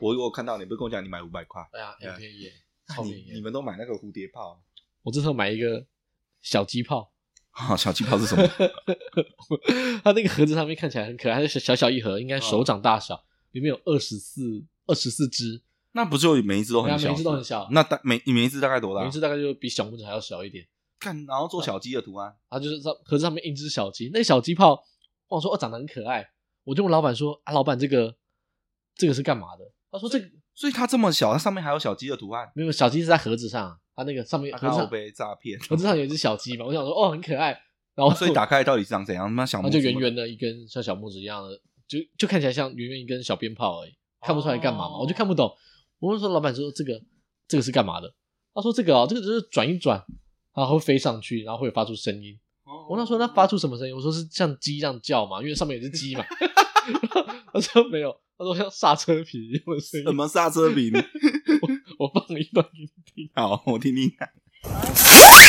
我我看到你不是跟我讲你买五百块，对啊，对啊很便宜耶，那超便宜你你耶。们都买那个蝴蝶炮？我这时候买一个小鸡炮， 啊，小气泡是什么？它那个盒子上面看起来很可爱，它是小小一盒，应该嗯手掌大小，里面有二十四二十四只， 那不就每一只都对啊很小？嗯每一只都很小 那大每每一只大概多大？名字大概就比小拇指还要小一点。看，然后做小鸡的图案。啊，就是上盒子上面印只小鸡，那个小鸡泡，我想说哦长得很可爱，我就问老板说啊，老板这个这个是干嘛的？他说这个所以它这么小，它上面还有小鸡的图案，没有小鸡是在盒子上，它那个上面啊盒子它上被诈骗。盒子上有一只小鸡嘛，我想说哦很可爱，然后 所以打开到底长怎样？他妈小它拇啊就指圆圆的一根像小拇指一样的，就就看起来像圆圆一根小鞭炮而已，看不出来干嘛嘛，哦我就看不懂。我问说老板说这个这个是干嘛的？他说这个哦，这个就是转一转，然后会飞上去，然后会发出声音。哦我那时候那发出什么声音？我说是像鸡这样叫嘛，因为上面有只鸡嘛。 他说没有，他说像刹车皮一样的声什音。么刹车 饼？我放了一段给你听。好，我听听看。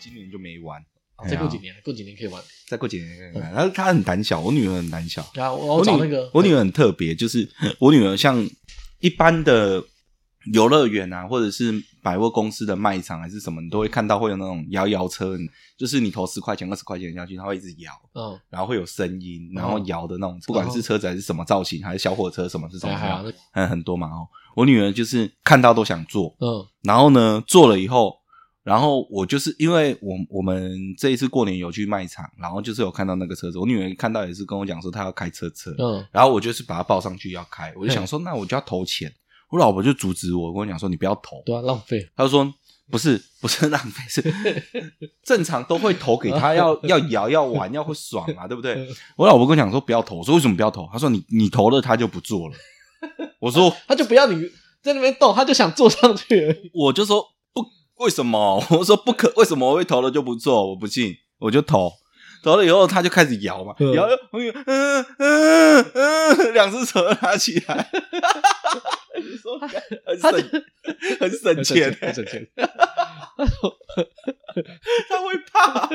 今年就没玩，哎再呀过几年，过几年可以玩。再过几年看看。然后她很胆小，我女儿很胆小。然后我哦我我女找那个我女儿很特别，就是我女儿像一般的游乐园啊，或者是百货公司的卖场还是什么，你都会看到会有那种摇摇车，就是你投十块钱、二十块钱下去，它会一直摇，嗯，然后会有声音，然哦后摇的那种，不然管后是车子还是什么造型，还是小火车什么这种还，好那嗯，很多嘛哦。我女儿就是看到都想坐，嗯然后呢，做了以后，然后我就是因为我我们这一次过年有去卖场，然后就是有看到那个车子，我女儿看到也是跟我讲说她要开车车，嗯然后我就是把她抱上去要开，我就想说那我就要投钱，我老婆就阻止我，跟我讲说你不要投，对啊，浪费。她就说。不是不是浪费，是正常都会投给她，要要摇要玩要会爽嘛，对不对？我老婆跟我讲说不要投，我说为什么不要投？她说你你投了她就不做了。我说他就不要你在那边动，他就想坐上去而已。我就说不，为什么？ 我说不可，为什么我会投了就不做？我不信，我就投。投了以后，他就开始摇嘛，嗯摇，呃嗯嗯嗯，两只手拿起来，说很他就省，很省钱，很省 钱。他会怕。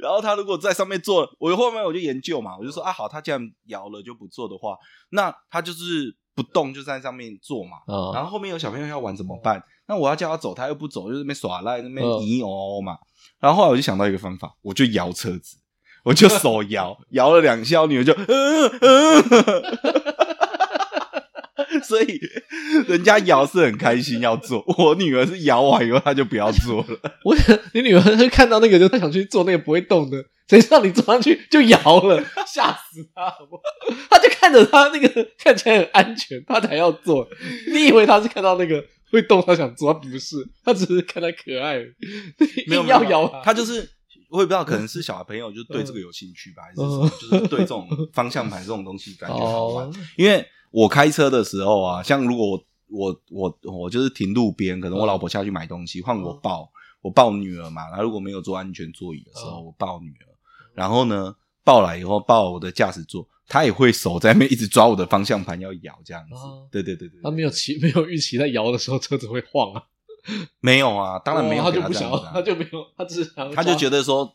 然后他如果在上面做，我后面我就研究嘛，我就说啊，好，他既然摇了就不做的话，那他就是不动，就在上面做嘛。然啊，后后面有小朋友要玩怎么办？那我要叫他走，他又不走，就在那边耍赖，那边嗯咦哦哦嘛。然后后来我就想到一个方法，我就摇车子，我就手摇， 摇了两下，我女儿就嗯嗯。 所以人家摇是很开心要做，我女儿是摇完以后她就不要做 了。我你女儿就看到那个，就她想去坐那个不会动的，谁知道你坐上去就摇 了，吓死她好不好？她就看着她那个看起来很安全，她才要坐。你以为她是看到那个会动，她想坐，她不是，她只是看她可爱， 硬要摇啊嗯她。她就是。我也不知道，可能是小朋友就对这个有兴趣吧，还是什么，就是对这种方向盘这种东西感觉好玩。哦，因为我开车的时候啊，像如果我我我我就是停路边，可能我嗯老婆下去买东西，换我抱我抱女儿嘛，她如果没有坐安全座椅的时候，嗯我抱女儿，然后呢抱来以后抱我的驾驶座，她也会手在那边一直抓我的方向盘要摇这样子哦，对对对对，她没有期没有预期，在摇的时候车子会晃啊。哦没有啊，当然没有她给就她不这想样要子，啊，她就没有，她只是想要他就抓觉得说。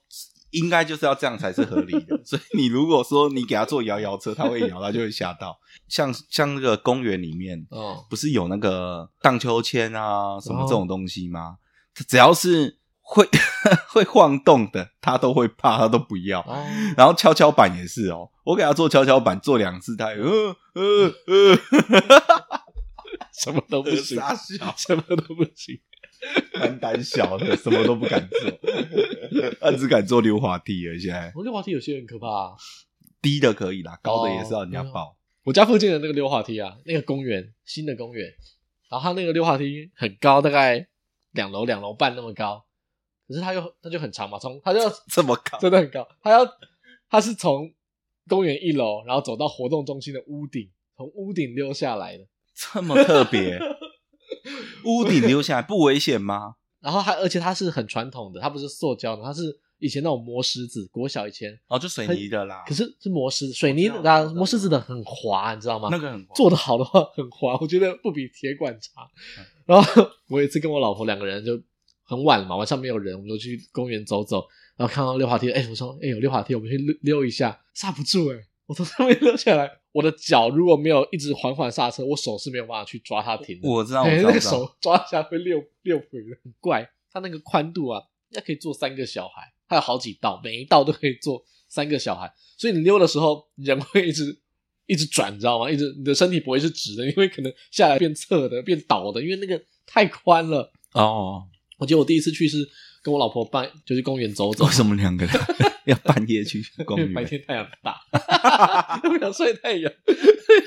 应该就是要这样才是合理的，所以你如果说你给他坐摇摇车，他会摇，他就会吓到。像像那个公园里面，哦，不是有那个荡秋千啊什么哦这种东西吗？它只要是会 会晃动的，他都会怕，他都不要。哦，然后跷跷板也是哦，我给他做跷跷板做两次，他也呃呃呃，什么都不行，傻笑，什么都不行。蛮胆小的，什么都不 敢做，他只敢做溜滑梯而已。现在我溜滑梯有些人可怕啊。低的可以啦，高的也是要人家哦抱。我家附近的那个溜滑梯啊，那个公园新的公园，然后它那个溜滑梯很高，大概两楼两楼半那么高，可是它又它就很长嘛，从它就要这么高真的很高，它要它是从公园一楼，然后走到活动中心的屋顶，从屋顶溜下来的，这么特别，屋顶溜下来不危险吗？然后它而且它是很传统的，它不是塑胶的，它是以前那种磨石子，国小以前，哦，就水泥的啦。可是是磨石水泥我知的道我啊知道磨石子的很滑，你知道吗？那个很滑做的好的话很滑，我觉得不比铁管差。然后我有一次跟我老婆两个人就很晚了嘛，晚上没有人，我们就去公园走走，然后看到溜滑梯，哎、我说哎、有溜滑梯，我们去溜溜一下，刹不住哎、我从上面溜下来，我的脚如果没有一直缓缓刹车，我手是没有办法去抓它停的。我知道，我 哎知道，我那个知道手抓起来会溜溜回来，很怪。它那个宽度啊，那可以坐三个小孩，它有好几道，每一道都可以坐三个小孩。所以你溜的时候，人会一直一直转，你知道吗？一直你的身体不会是直的，因为可能下来变侧的、变倒的，因为那个太宽了。哦。我记得我第一次去是跟我老婆办，就去公园走走为，什么两个人要半夜去 公 因为白园？天太阳大，不想晒太阳，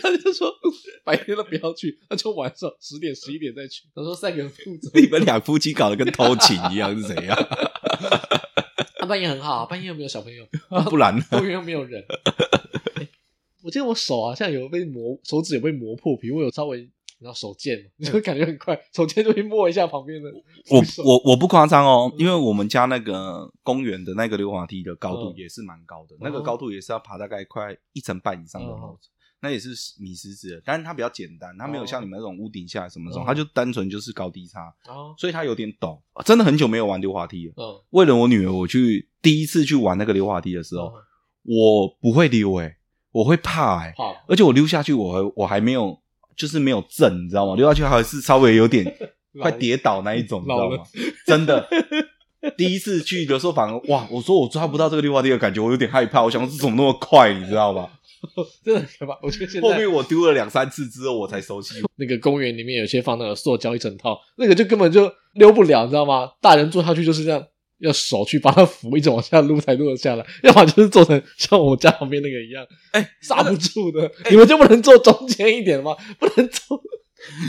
他就说 白天都不要去，那就晚上十点、十一点再去。他说散个步走一走你们俩夫妻搞得跟偷情一样是啊怎样？ 他半夜很好，啊半夜又没有小朋友，不然呢？公园又没有人。哎我记得我手好像有被磨，手指有被磨破皮，我有稍微然后手贱嘛， 就感觉很快，手贱就会摸一下旁边的扶我手。我我不夸张哦，因为我们家那个公园的那个溜滑梯的高度嗯嗯也是蛮高的，那个高度也是要爬大概快一层半以上的楼层，那也是米石子的，但是它比较简单，它没有像你们那种屋顶下什么这种，哦嗯它就单纯就是高低差，哦，所以它有点陡。真的很久没有玩溜滑梯了。嗯，为了我女儿，我去第一次去玩那个溜滑梯的时嗯候，我不会溜诶、我会怕欸诶、好，而且我溜下去我还我还没有就是没有震，你知道吗？溜下去还是稍微有 点快跌倒那一种，你知老道了吗？ 真的，第一次去的时候反而哇，我说我抓不到这个溜滑梯的感觉，我有点害怕。我想说这怎么那么快，你知道吗？真的可怕。我觉得现后在面我丢了两三次之后，我才熟悉。那个公园里面有些放那个塑胶一整套，那个就根本就溜不了，你知道吗？大人坐下去就是这样，要手去把它扶，一直往下撸才撸得下来，要么就是做成像我家旁边那个一样。哎，刹不住的，你们就不能坐中间一点吗？不能坐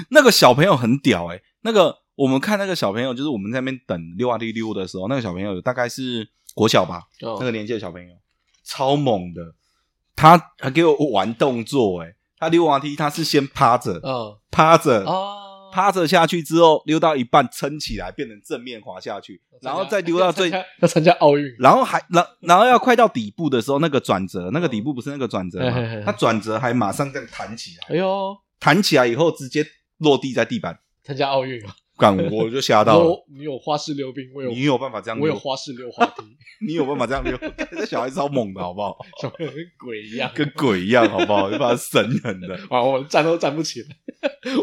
那个小朋友很屌哎、那个我们看那个小朋友，就是我们在那边等溜滑梯溜的时候，那个小朋友大概是国小吧，哦那个年纪的小朋友，超猛的，他还给我玩动作哎、他溜滑梯，他是先趴着，嗯趴着，哦，趴着下去之后，溜到一半撑起来，变成正面滑下去，哦然后再溜到最，要参加奥运，然后还然然后要快到底部的时候，那个转折，那个底部不是那个转折哦嘿嘿嘿吗？它转折还马上这样弹起来，哎呦，弹起来以后直接落地在地板，参加奥运啊！干我就吓你到了。有你有花式溜冰，我有你有办法这样我有溜？花式溜滑 梯，你有办法这样溜？干这小孩超猛的好不好？小朋友跟鬼一样，跟鬼一样好不好？就把他神人的。啊，我站都站不 起来。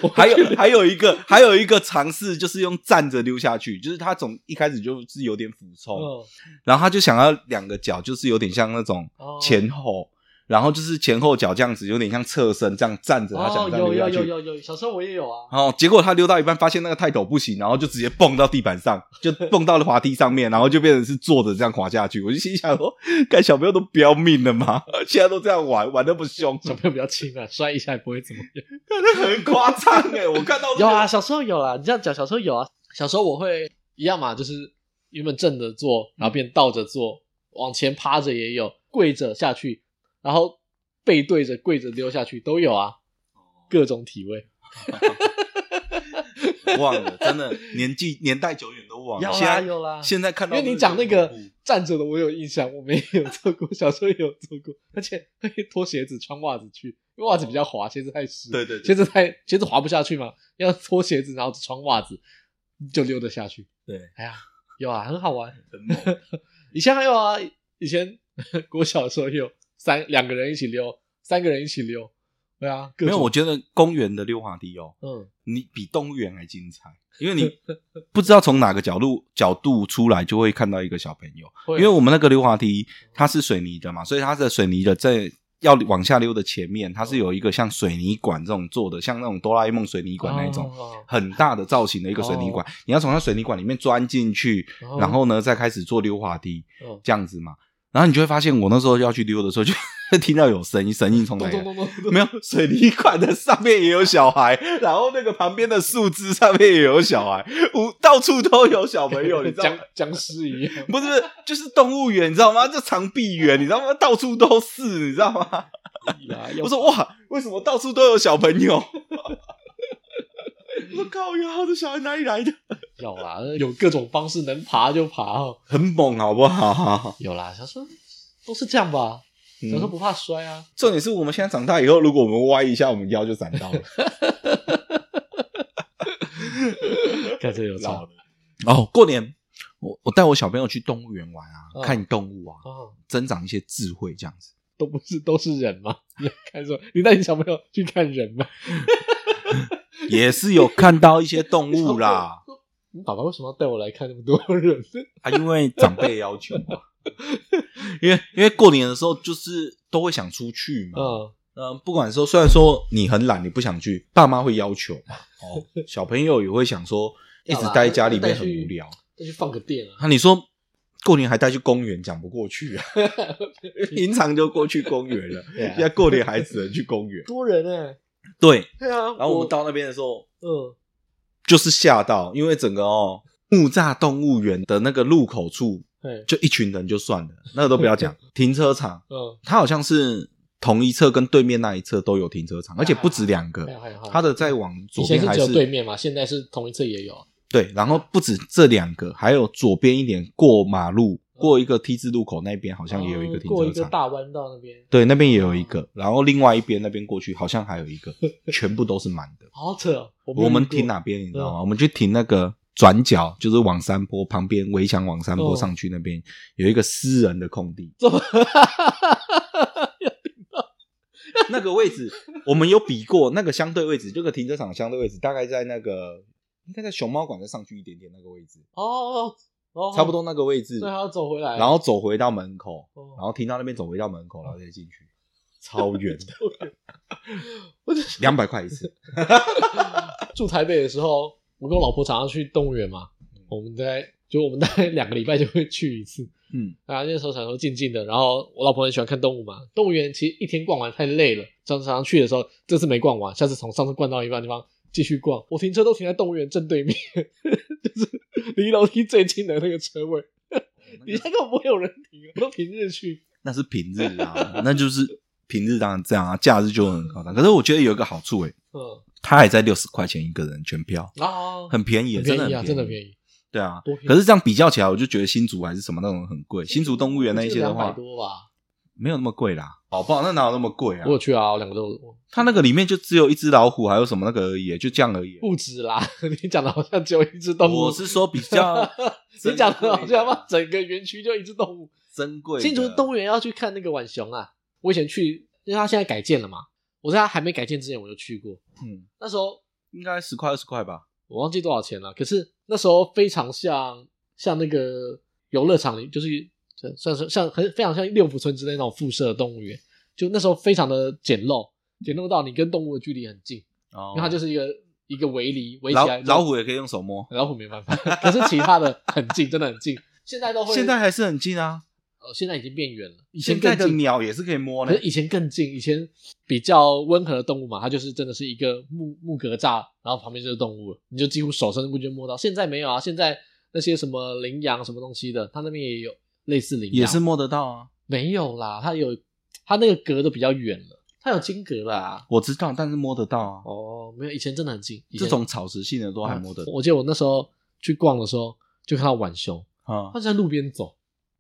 我还有还有一个还有一个尝试就是用站着溜下去，就是他总一开始就是有点俯冲，嗯然后他就想要两个脚，就是有点像那种哦前后，然后就是前后脚这样子，有点像侧身这样站着，他哦想，这样有溜下有去。有有有，小时候我也有啊。然后结果他溜到一半，发现那个太陡不行，然后就直接蹦到地板上，就蹦到了滑梯上面，然后就变成是坐着这样滑下去。我就心想说，看小朋友都不要命了吗？现在都这样玩，玩那么凶，小朋友比较轻啊，摔一下也不会怎么样。很夸张哎！我看到 有啊，小时候有啦，你这样讲，小时候有啊。小时候我会一样嘛，就是原本正着坐，嗯然后变倒着坐，往前趴着也有，跪着下去，然后背对着跪着溜下去都有啊，哦各种体位。 忘了，真的年纪年代久远都忘有了。啦现在有啦现在看因到为你讲那个就觉得站着的，我有印象，我没有做过，小时候也有做 过，而且会脱鞋子穿袜子去，因为袜子比较滑，鞋子太湿，对对对鞋子太鞋子滑不下去嘛，要脱鞋子然后只穿袜子就溜得下去。对，哎呀，有啊，很好玩。很猛。以前还有啊，以前 国小的时候也有三两个人一起溜，三个人一起溜，对啊，各没有，种我觉得公园的溜滑梯哦，嗯你比动物园还精彩，因为你不知道从哪个角度角度出来，就会看到一个小朋友。会因为我们那个溜滑梯它是水泥的嘛，所以它的水泥的在要往下溜的前面，它嗯是有一个像水泥管这种做的，像那种哆啦 A 梦水泥管那一种。哦很大的造型的一个水泥管，你要从那水泥管里面钻进去，哦然后呢再开始做溜滑梯嗯这样子嘛。然后你就会发现，我那时候要去溜的时候，就 听到有声音，声音从哪咚里嗯咚来？咚咚咚，没有水泥管的上面也有小孩， 然后那个旁边的树枝上面也有小孩，我到处都有小朋友，你知道僵吗？僵尸一样。不是不是，就是动物园，你知道吗？这长臂猿，你知道吗？到处都是，你知道吗？ 我我说哇，为什么到 处都有小朋友？我说靠呀，这小孩哪里来的？要啦，有各种方式能爬就爬哦。很猛，好不好？有啦，小时候都是这样吧，嗯小时候不怕摔啊。重点是我们现在长大以后，如果我们歪一下，我们腰就闪到了。看这有吵的哦，过年我我带我小朋友去动物园玩啊，嗯看动物啊，哦，增长一些智慧这样子。都不是都是人吗？你看说， 你带你小朋友去看人吗？，也是有看到一些动物啦你爸爸为什么要带我来看那么多人？ 啊，因为长辈要求啊嘛。 因为因为过年的时候就是都会想出去嘛，嗯，嗯、不管说虽然说你很懒，你不想去，爸妈会要求嘛，哦，小朋友也会想说一直待在家里面很无聊。再去放个电啊。那、你说过年还带去公园，讲不过去 啊，平常就过去公园了，对啊现在过年还只能去公园。多人哎、对， 对啊。然后我们到那边的时候，嗯，就是吓到，因为整个哦木栅动物园的那个入口处，对，就一群人就算了，那个都不要 讲。停车场，嗯，它好像是同一侧跟对面那一侧都有停车场，而且不止两还有个。还有还有它的再往啊以左边前是还只有是对面嘛，现在是同一侧也有。啊对，然后不止这两个，还有左边一点过马路，过一个 T 字路口那边好像也有一个哦停过一车个场。大弯道那边，对，那边也有一个，然后另外一边那边过去好像还有一 个，全部都是满的。好扯哦。我没有我们遇过嗯停哪边你知道吗？我们去停那个转角，就是往山坡旁边围墙往山坡上去那边、有一个私人的空地，嗯这么 那个位置我们有比过，那个相对位置，这个停车场相对位置大概在那个应该在熊猫馆再上去一点点那个位置，哦哦，差不多那个位置，对，啊还要走回来，然后走回到门口，哦然后停到那边走回到门口，然后再进去， 超远，我就两百块一次，住台北的时候，我跟我老婆常常去动物园嘛，我们大概就我们大概两个礼拜就会去一次。嗯，啊，那时候想说静静的，然后我老婆很喜欢看动物嘛。动物园其实一天逛完太累了，常常去的时候，这次没逛完，下次从上次逛到一半地方继续逛。我停车都停在动物园正对面， 就是离楼梯最近的那个车位，底下根本不会有人停，我都平日去。那是平日啊，那就是平日当然这样啊，假日就很高档。可是我觉得有一个好处诶、嗯，它还在六十块钱一个人全票，啊，很便宜，很真的便宜啊，真的很很便宜。便宜，对啊多便，宜可是这样比较起来，我就觉得新竹还是什么那种很贵。新竹动物园那一些的两百话，多吧。没有那么贵啦，好不好？那哪有那么贵啊我？有去啊，我两个都有它那个里面就只有一只老虎，还有什么那个而已，欸就这样而已。不止啦， 你讲的好像只有一只动物，我是说比较 你讲的好像嘛，整个园区就一只动物。珍贵的。新竹动物园要去看那个浣熊啊，我以前去，因为它现在改建了嘛，我在它还没改建之前我就去过，嗯，那时候应该十块二十块吧。我忘记多少钱了，可是那时候非常像像那个游乐场里，就是算算是像很非常像六福村之类那种附设的动物园，就那时候非常的简陋，简陋到你跟动物的距离很近，哦因为它就是一个一个围篱围起老来，老虎也可以用手摸，老虎没办法，可是其他的很近，真的很近。现在都会，现在还是很近啊。呃，现在已经变远了，以前现在更的近，鸟也是可以摸可的是。以前更近，以前比较温和的动物嘛，它就是真的是一个木木格栅，然后旁边就是动物了，你就几乎手伸过去就摸到。现在没有啊，现在那些什么羚羊什么东西的，它那边也有类似羚羊，也是摸得到啊。没有啦，它有它那个隔的比较远了，它有间隔啦。我知道，但是摸得到啊。哦，没有，以前真的很近，以前嗯这种草食性的都还摸得到我记得我那时候去逛的时候，就看到浣熊，啊他。就在路边走，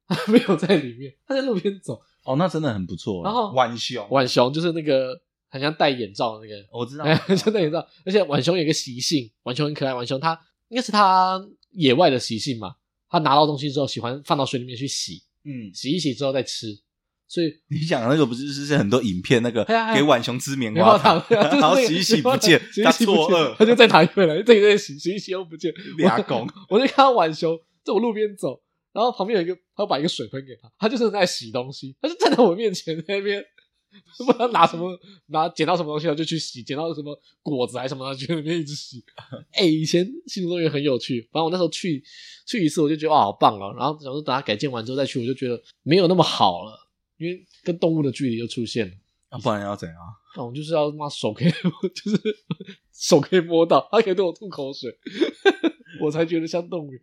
他没有在里面，他在路边走。哦，那真的很不错啊。然后浣熊，浣熊就是那个很像戴眼罩的那个，我知 道，哎，就戴眼罩。而且浣熊有一个习性，浣熊很可爱。浣熊它应该是它野外的习性嘛，它拿到东西之后喜欢放到水里面去洗，嗯，洗一洗之后再吃。所以你讲的那个不是就是很多影片那个哎呀哎呀给浣熊吃棉棉花花糖，啊糖， 然后就是那个洗一洗不见洗，一他洗不错见愕，他就再拿一回来，这个再洗，洗一洗又不见，俩拱，我就看到浣熊在我路边走，然后旁边有一个，他把一个水喷给他，他就是在洗东西，他就站在我面前在那边，不知道拿什么拿捡到什么东西，他就去洗，捡到什么果子还是什么，他就在那边一直 洗。哎、以前新竹动物园很有趣，反正我那时候去去一次，我就觉得哇好棒哦，然后想说等它改建完之后再去，我就觉得没有那么好了，因为跟动物的距离又出现了。啊不然要怎样？那我就是要他妈手可以， 就是手可以摸到，他可以对我吐口水， 我才觉得像动物园。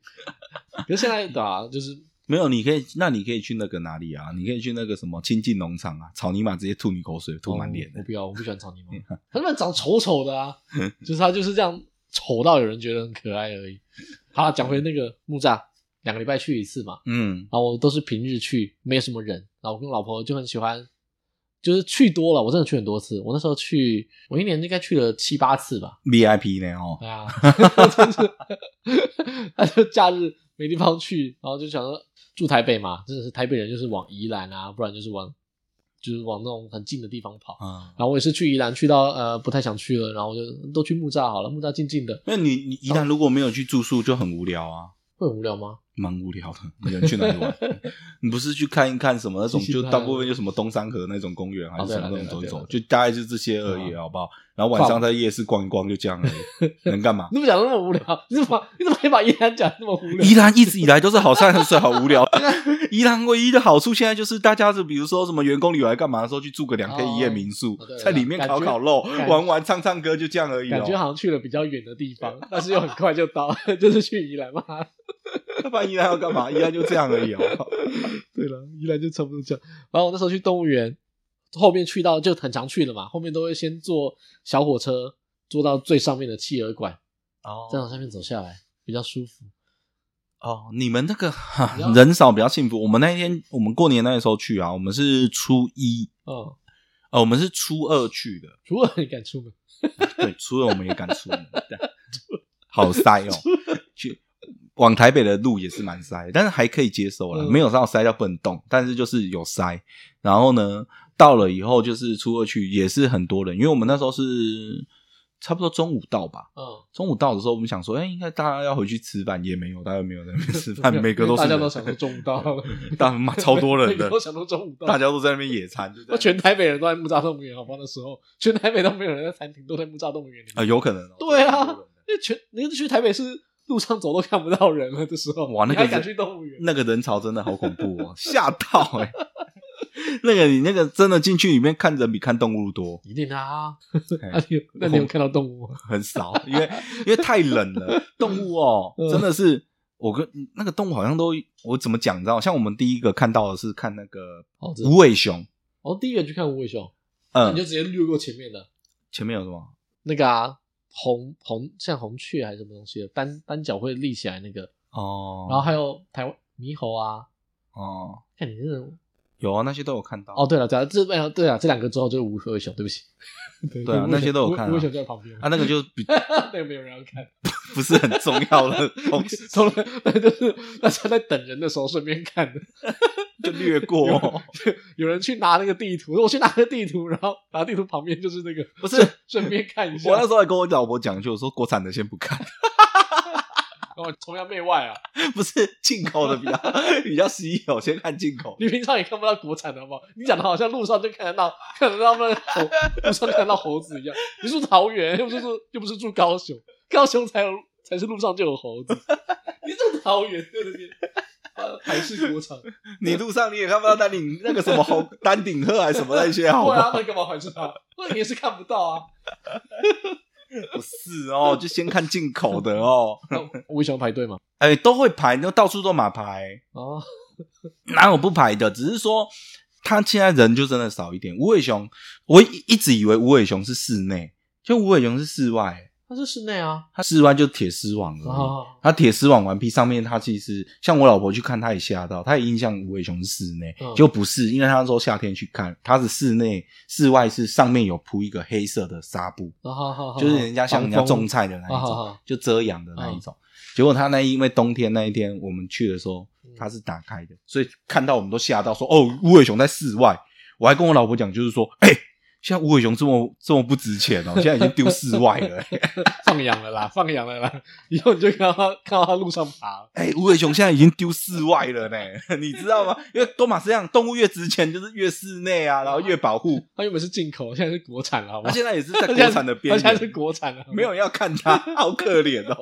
可是现在打就是没有，你可以，那你可以去那个哪里啊？你可以去那个什么亲近农场啊，草泥马直接吐你口水，吐满脸哦我的。嗯不要，我不喜欢草泥马，他们长得丑丑的啊，就是他就是这样丑到有人觉得很可爱而已。好啦，讲回那个木栅，两个礼拜去一次嘛，嗯然后我都是平日去，没有什么人。然后我跟老婆就很喜欢，就是去多了，我真的去很多次。我那时候去，我一年应该去了七八次吧。 ，VIP 呢哦，对啊， 就是，他就假日没地方去，然后就想说住台北嘛，真的是台北人就是往宜兰啊，不然就是往就是往那种很近的地方跑。嗯，然后我也是去宜兰，去到呃不太想去了，然后我就都去木栅好了，木栅静静的，那你你宜兰如果没有去住宿就很无聊啊，会很无聊吗？蛮无聊的。你能去哪里 玩？你不是去看一看什么那种，去去就看大部分就什么东山河那种公园，还是哦对什啦么那种走对啦啊一对啦走，就大概就这些而已，嗯好不好？然后晚上在夜市逛一逛，就这样而已， 能干嘛？你怎么讲得那么无聊？你怎么你怎么可以把宜兰讲得那么无聊？宜兰一直以来都是好山好水，好无聊。啊宜兰唯一的好处现在就是大家是比如说什么员工旅游来干嘛的时候，去住个两天一夜民宿哦哦对，在里面感觉烤烤肉感，觉玩玩唱唱歌，就这样而已感觉哦。好像去了比较远的地方，但是又很快就到，就是去宜兰嘛。要不然宜兰要干嘛？宜兰就这样而已哦。对了，宜兰就差不多这样。然后我那时候去动物园，后面去到就很常去了嘛，后面都会先坐小火车坐到最上面的企鹅馆，再哦往下面走下来比较舒服。哦，你们那个哈比较人少比较幸福。我们那一天，我们过年那个时候去啊，我们是初一，哦，呃，我们是初二去的。除了你敢出门， 对，初二我们也敢出门，对好塞哦。去往台北的路也是蛮塞，但是还可以接受啦，嗯没有到塞到不能动，但是就是有塞。然后呢，到了以后就是初二去也是很多人，因为我们那时候是差不多中午到吧。嗯，中午到的时候，我们想说，哎、应该大家要回去吃饭，也没有，大家没有在那边吃 饭，每个都是大家人都想说中午到了， 大妈超多人每个 的，都想说中午到了大家都在那边野餐，就在那那边 全台北人都在木栅动物园，好不好？那时候全台北都没有人在餐厅，都在木栅动物园里面。啊、有可能、哦。对啊超多人的因为全你去台北是路上走都看不到人了的时候，哇那个你还敢人去动物园？那个人潮真的好恐怖哦，吓到哎、那个你那个真的进去里面看人比看动物多，一定的啊！那嘿你有那你有看到动物吗？很少，因为因为太冷了，动物哦 嗯真的是。我跟那个动物好像都，我怎么讲？你知道，像我们第一个看到的是看那个哦，这无尾熊，哦，第一个去看无尾熊，你就嗯，直接略过前面的前面有什么？那个啊，红红像红雀还是什么东西的，单单脚会立起来那个，哦，然后还有台湾猕猴啊，哦，看你这种有啊，那些都有看到。哦，对了，对了，这哎呀对啊，这两个之后就是无尾熊，对不起，对啊无尾熊那些都有看啊无无尾熊就在旁边 啊，那个就比 那个没有人要看，不是很重要的东西，从 来那就是大家在等人的时候顺便看的， 就略过有哦。有人去拿那个地图，我去拿个地图，然后拿地图旁边就是那个，不是顺顺便看一下，我那时候还跟我老婆讲，就我说国产的先不看，哦，崇洋媚外啊！不是进口的比较 比较稀有，先看进口。你平常也看不到国产的好不好？你讲的好像路上就看得到，看得到那猴，路上看得到猴子一样。你住桃园，又不是住，又不是住高雄，高雄才有，才是路上就有猴子。 你住桃园在那边，呃还是国产？你路上你也看不到丹顶那个什么红丹顶鹤还是什么那 些，好不对啊，好？那干嘛还是它？那你也是看不到啊。不是哦，就先看进口的哦。那我想排队嘛？哎，都会排，那到处都马排，哦，哪有不排的？只是说他现在人就真的少一点。无尾熊，我一一直以为无尾熊是室内，就无尾熊是室外，它是室内啊。它室外就铁丝网啊、而已。它铁丝网顽皮上面，它其实像我老婆去看，她也吓到，她也印象无尾熊是室内，嗯就不是，因为她那时候夏天去看，它是室内，室外是上面有铺一个黑色的纱布，啊哈哈哈就是人家像人家种菜的那一啊种，哈哈就遮阳的那一种。结果他那因为冬天那一天我们去的时候，它是打开的，所以看到我们都吓到说，哦，无尾熊在室外。我还跟我老婆讲，就是说，哎、现在无尾熊这么这么不值钱哦，现在已经丢室外了、哎放养了啦，放养了啦， 以后你就看到它看到它路上爬了。哎、无尾熊现在已经丢室外了呢， 你知道吗？因为都马是这样，动物越值钱就是越室内啊，然后越保护。它原本是进口，现在是国产了，好不它好？现在也是在国产的边它哦 现在是缘，国产了，没有人要看它，好可怜哦。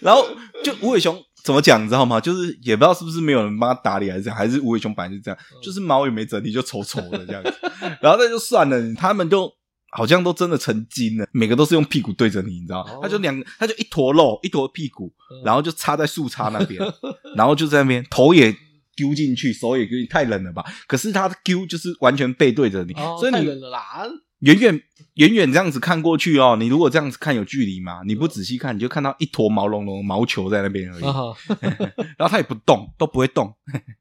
然后就无尾熊怎么讲，你知道吗？就是也不知道是不是没有人帮它打理，还是这样还是无尾熊本来就这样，嗯就是毛也没整理，就丑丑的这样子。然后那就算了，他们就。好像都真的成精了，每个都是用屁股对着你，你知道？哦它就两个，它就一坨肉，一坨屁股，嗯然后就插在树杈那边， 然后就在那边头也丢进去，手也丢进去，太冷了吧？可是他的丢就是完全背对着你，哦，所以太你冷了啦，远远远远这样子看过去哦，你如果这样子看有距离嘛，你不仔细看，你就看到一坨毛茸茸的毛球在那边而已，啊，然后它也不动，都不会动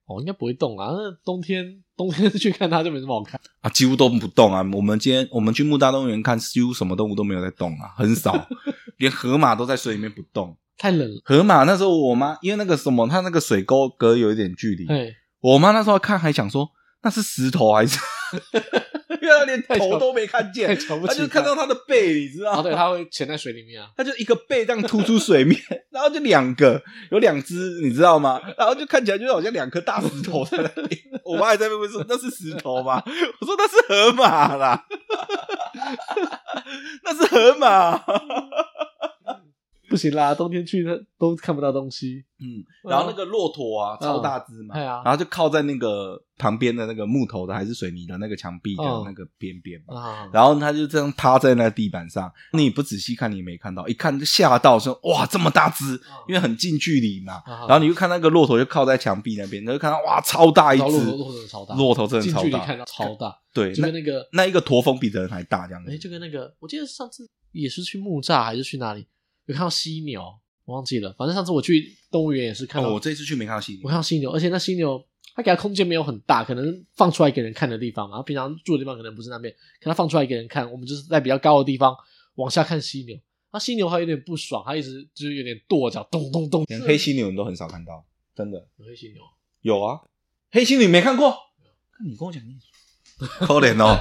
哦，应该不会动啊。那冬天冬天去看它就没什么好看，啊，几乎都不动啊。我们今天我们去木大动物园看，几乎什么动物都没有在动啊，很少， 连河马都在水里面不动。太冷了。河马那时候我妈因为那个什么，它那个水沟隔有一点距离， 哎，我妈那时候看还想说那是石头还是， 因为她连头都没看 太见，瞧不她起它。就看到它的背，你知道吗？ 啊，对，它会潜在水里面啊。它就一个背这样突出水面， 然后就两个，有两只，你知道吗？然后就看起来就好像两颗大石头在那里。 我妈还在那边问说：“那是石头吗？” 我说：“那是河马啦， 那是河马。嗯不行啦，冬天去它都看不到东西。”嗯，然后那个骆驼啊，嗯超大只嘛，哎呀然后就靠在那个旁边的那个木头的还是水泥的那个墙壁的嗯那个边边嘛。啊，然后它就这样趴在那地板上，你不仔细看你也没看到，一看就吓到说哇这么大只，因为很近距离嘛，然然后你就看那个骆驼就靠在墙壁那边，你就看到哇，超大一然后只骆驼骆驼真的超大，骆驼真的近超距离看大，到 超大，对，就那跟那个那一个驼峰比人还大这样哎，子。就跟那个，我记得上次也是去木栅还是去哪里，有看到犀牛，我忘记了。反正上次我去动物园也是看到，哦，我我这次去没看到犀牛，看到犀牛，而且那犀牛它给它空间没有很大，可能放出来给人看的地方嘛，它平常住的地方可能不是那边，可它放出来给人看，我们就是在比较高的地方往下看犀牛。那犀牛还有点不爽，它一直就是有点跺脚，咚咚咚。连黑犀牛你都很少看到，真的黑犀牛，有啊，黑犀牛没看过。看你跟我讲你，可怜哦，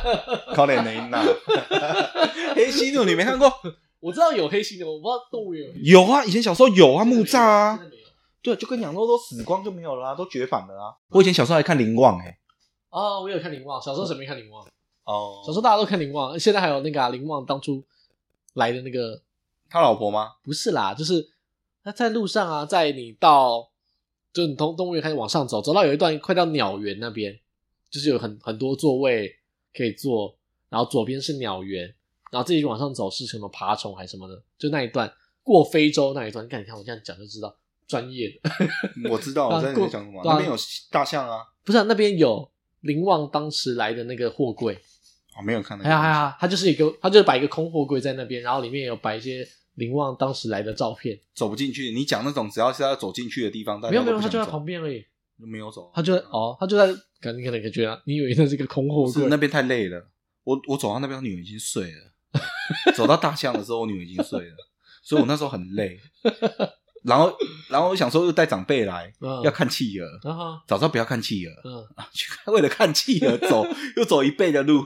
可怜的呐， 黑犀牛你没看过？我知道有黑犀牛，我不知道动物园有 黑犀牛。有啊，以前小时候有啊，木栅现啊，在没有对，就跟养肉都死光就没有了、啊，都绝版了啊。我以前小时候还看灵旺哎、啊、我有看灵旺，小时候谁没看灵旺？哦小时候大家都看林旺，现在还有那个啊林旺当初来的那个他老婆吗？不是啦，就是他在路上啊，在你到就你从动物园开始往上走，走到有一段快到鸟园那边，就是有很很多座位可以坐，然后左边是鸟园，然后自己往上走是什么爬虫还是什么的，就那一段过非洲那一段，看你看我这样讲就知道专业的， 我知道，我知道你在讲什么，对啊那边有大象啊。不是、啊、那边有林旺当时来的那个货柜。哦，没有看到。哎呀哎呀，他就是一个，他就是摆一个空货柜在那边，然后里面有摆一些林旺当时来的照片。走不进去。你讲那种只要是要走进去的地方，大家没有没有，都他不想就在走旁边而已，没有走，他就在哦，他就在，可能你可能觉得你以为那是一个空货是柜，那边太累了。我我走到那边，我女儿已经睡了。走到大象的时候，我女儿已经睡了，所以我那时候很累。然后然后我想说，又带长辈来嗯要看企鹅，然后早知道不要看企鹅 嗯啊，去看为了看企鹅走又走一倍的路。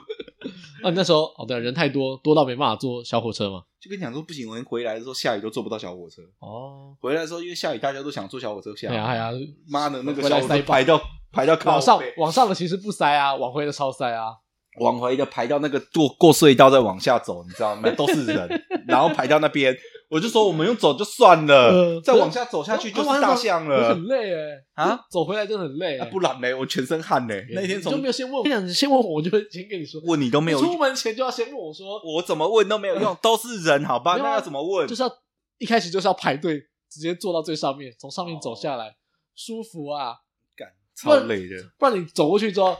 啊那时候哦对，人太多多到没办法坐小火车嘛。就跟你讲说不行，我们回来的时候下雨都坐不到小火车。哦，回来的时候因为下雨，大家都想坐小火车下。哎呀哎呀，妈的，那个回来小火车塞爆排到排到靠往上背往上的其实不塞啊，往回的超塞啊。往回的排到那个过过隧道再往下走，你知道吗？都是人，然后排到那边，我就说我们用走就算了，嗯再往下走下去就是大象啊我了很累哎啊！走回来真的很累欸啊。不然嘞，我全身汗嘞，那天你就从没有先问我，我跟你讲，你先问我，我就会先跟你说，问你都没有你，出门前就要先问我说，我怎么问都没有用，都是人，好吧？没有啊那要怎么问就？是要一开始就是要排队，直接坐到最上面，从上哦面走下来，舒服啊！干超累的，不然你走过去之后，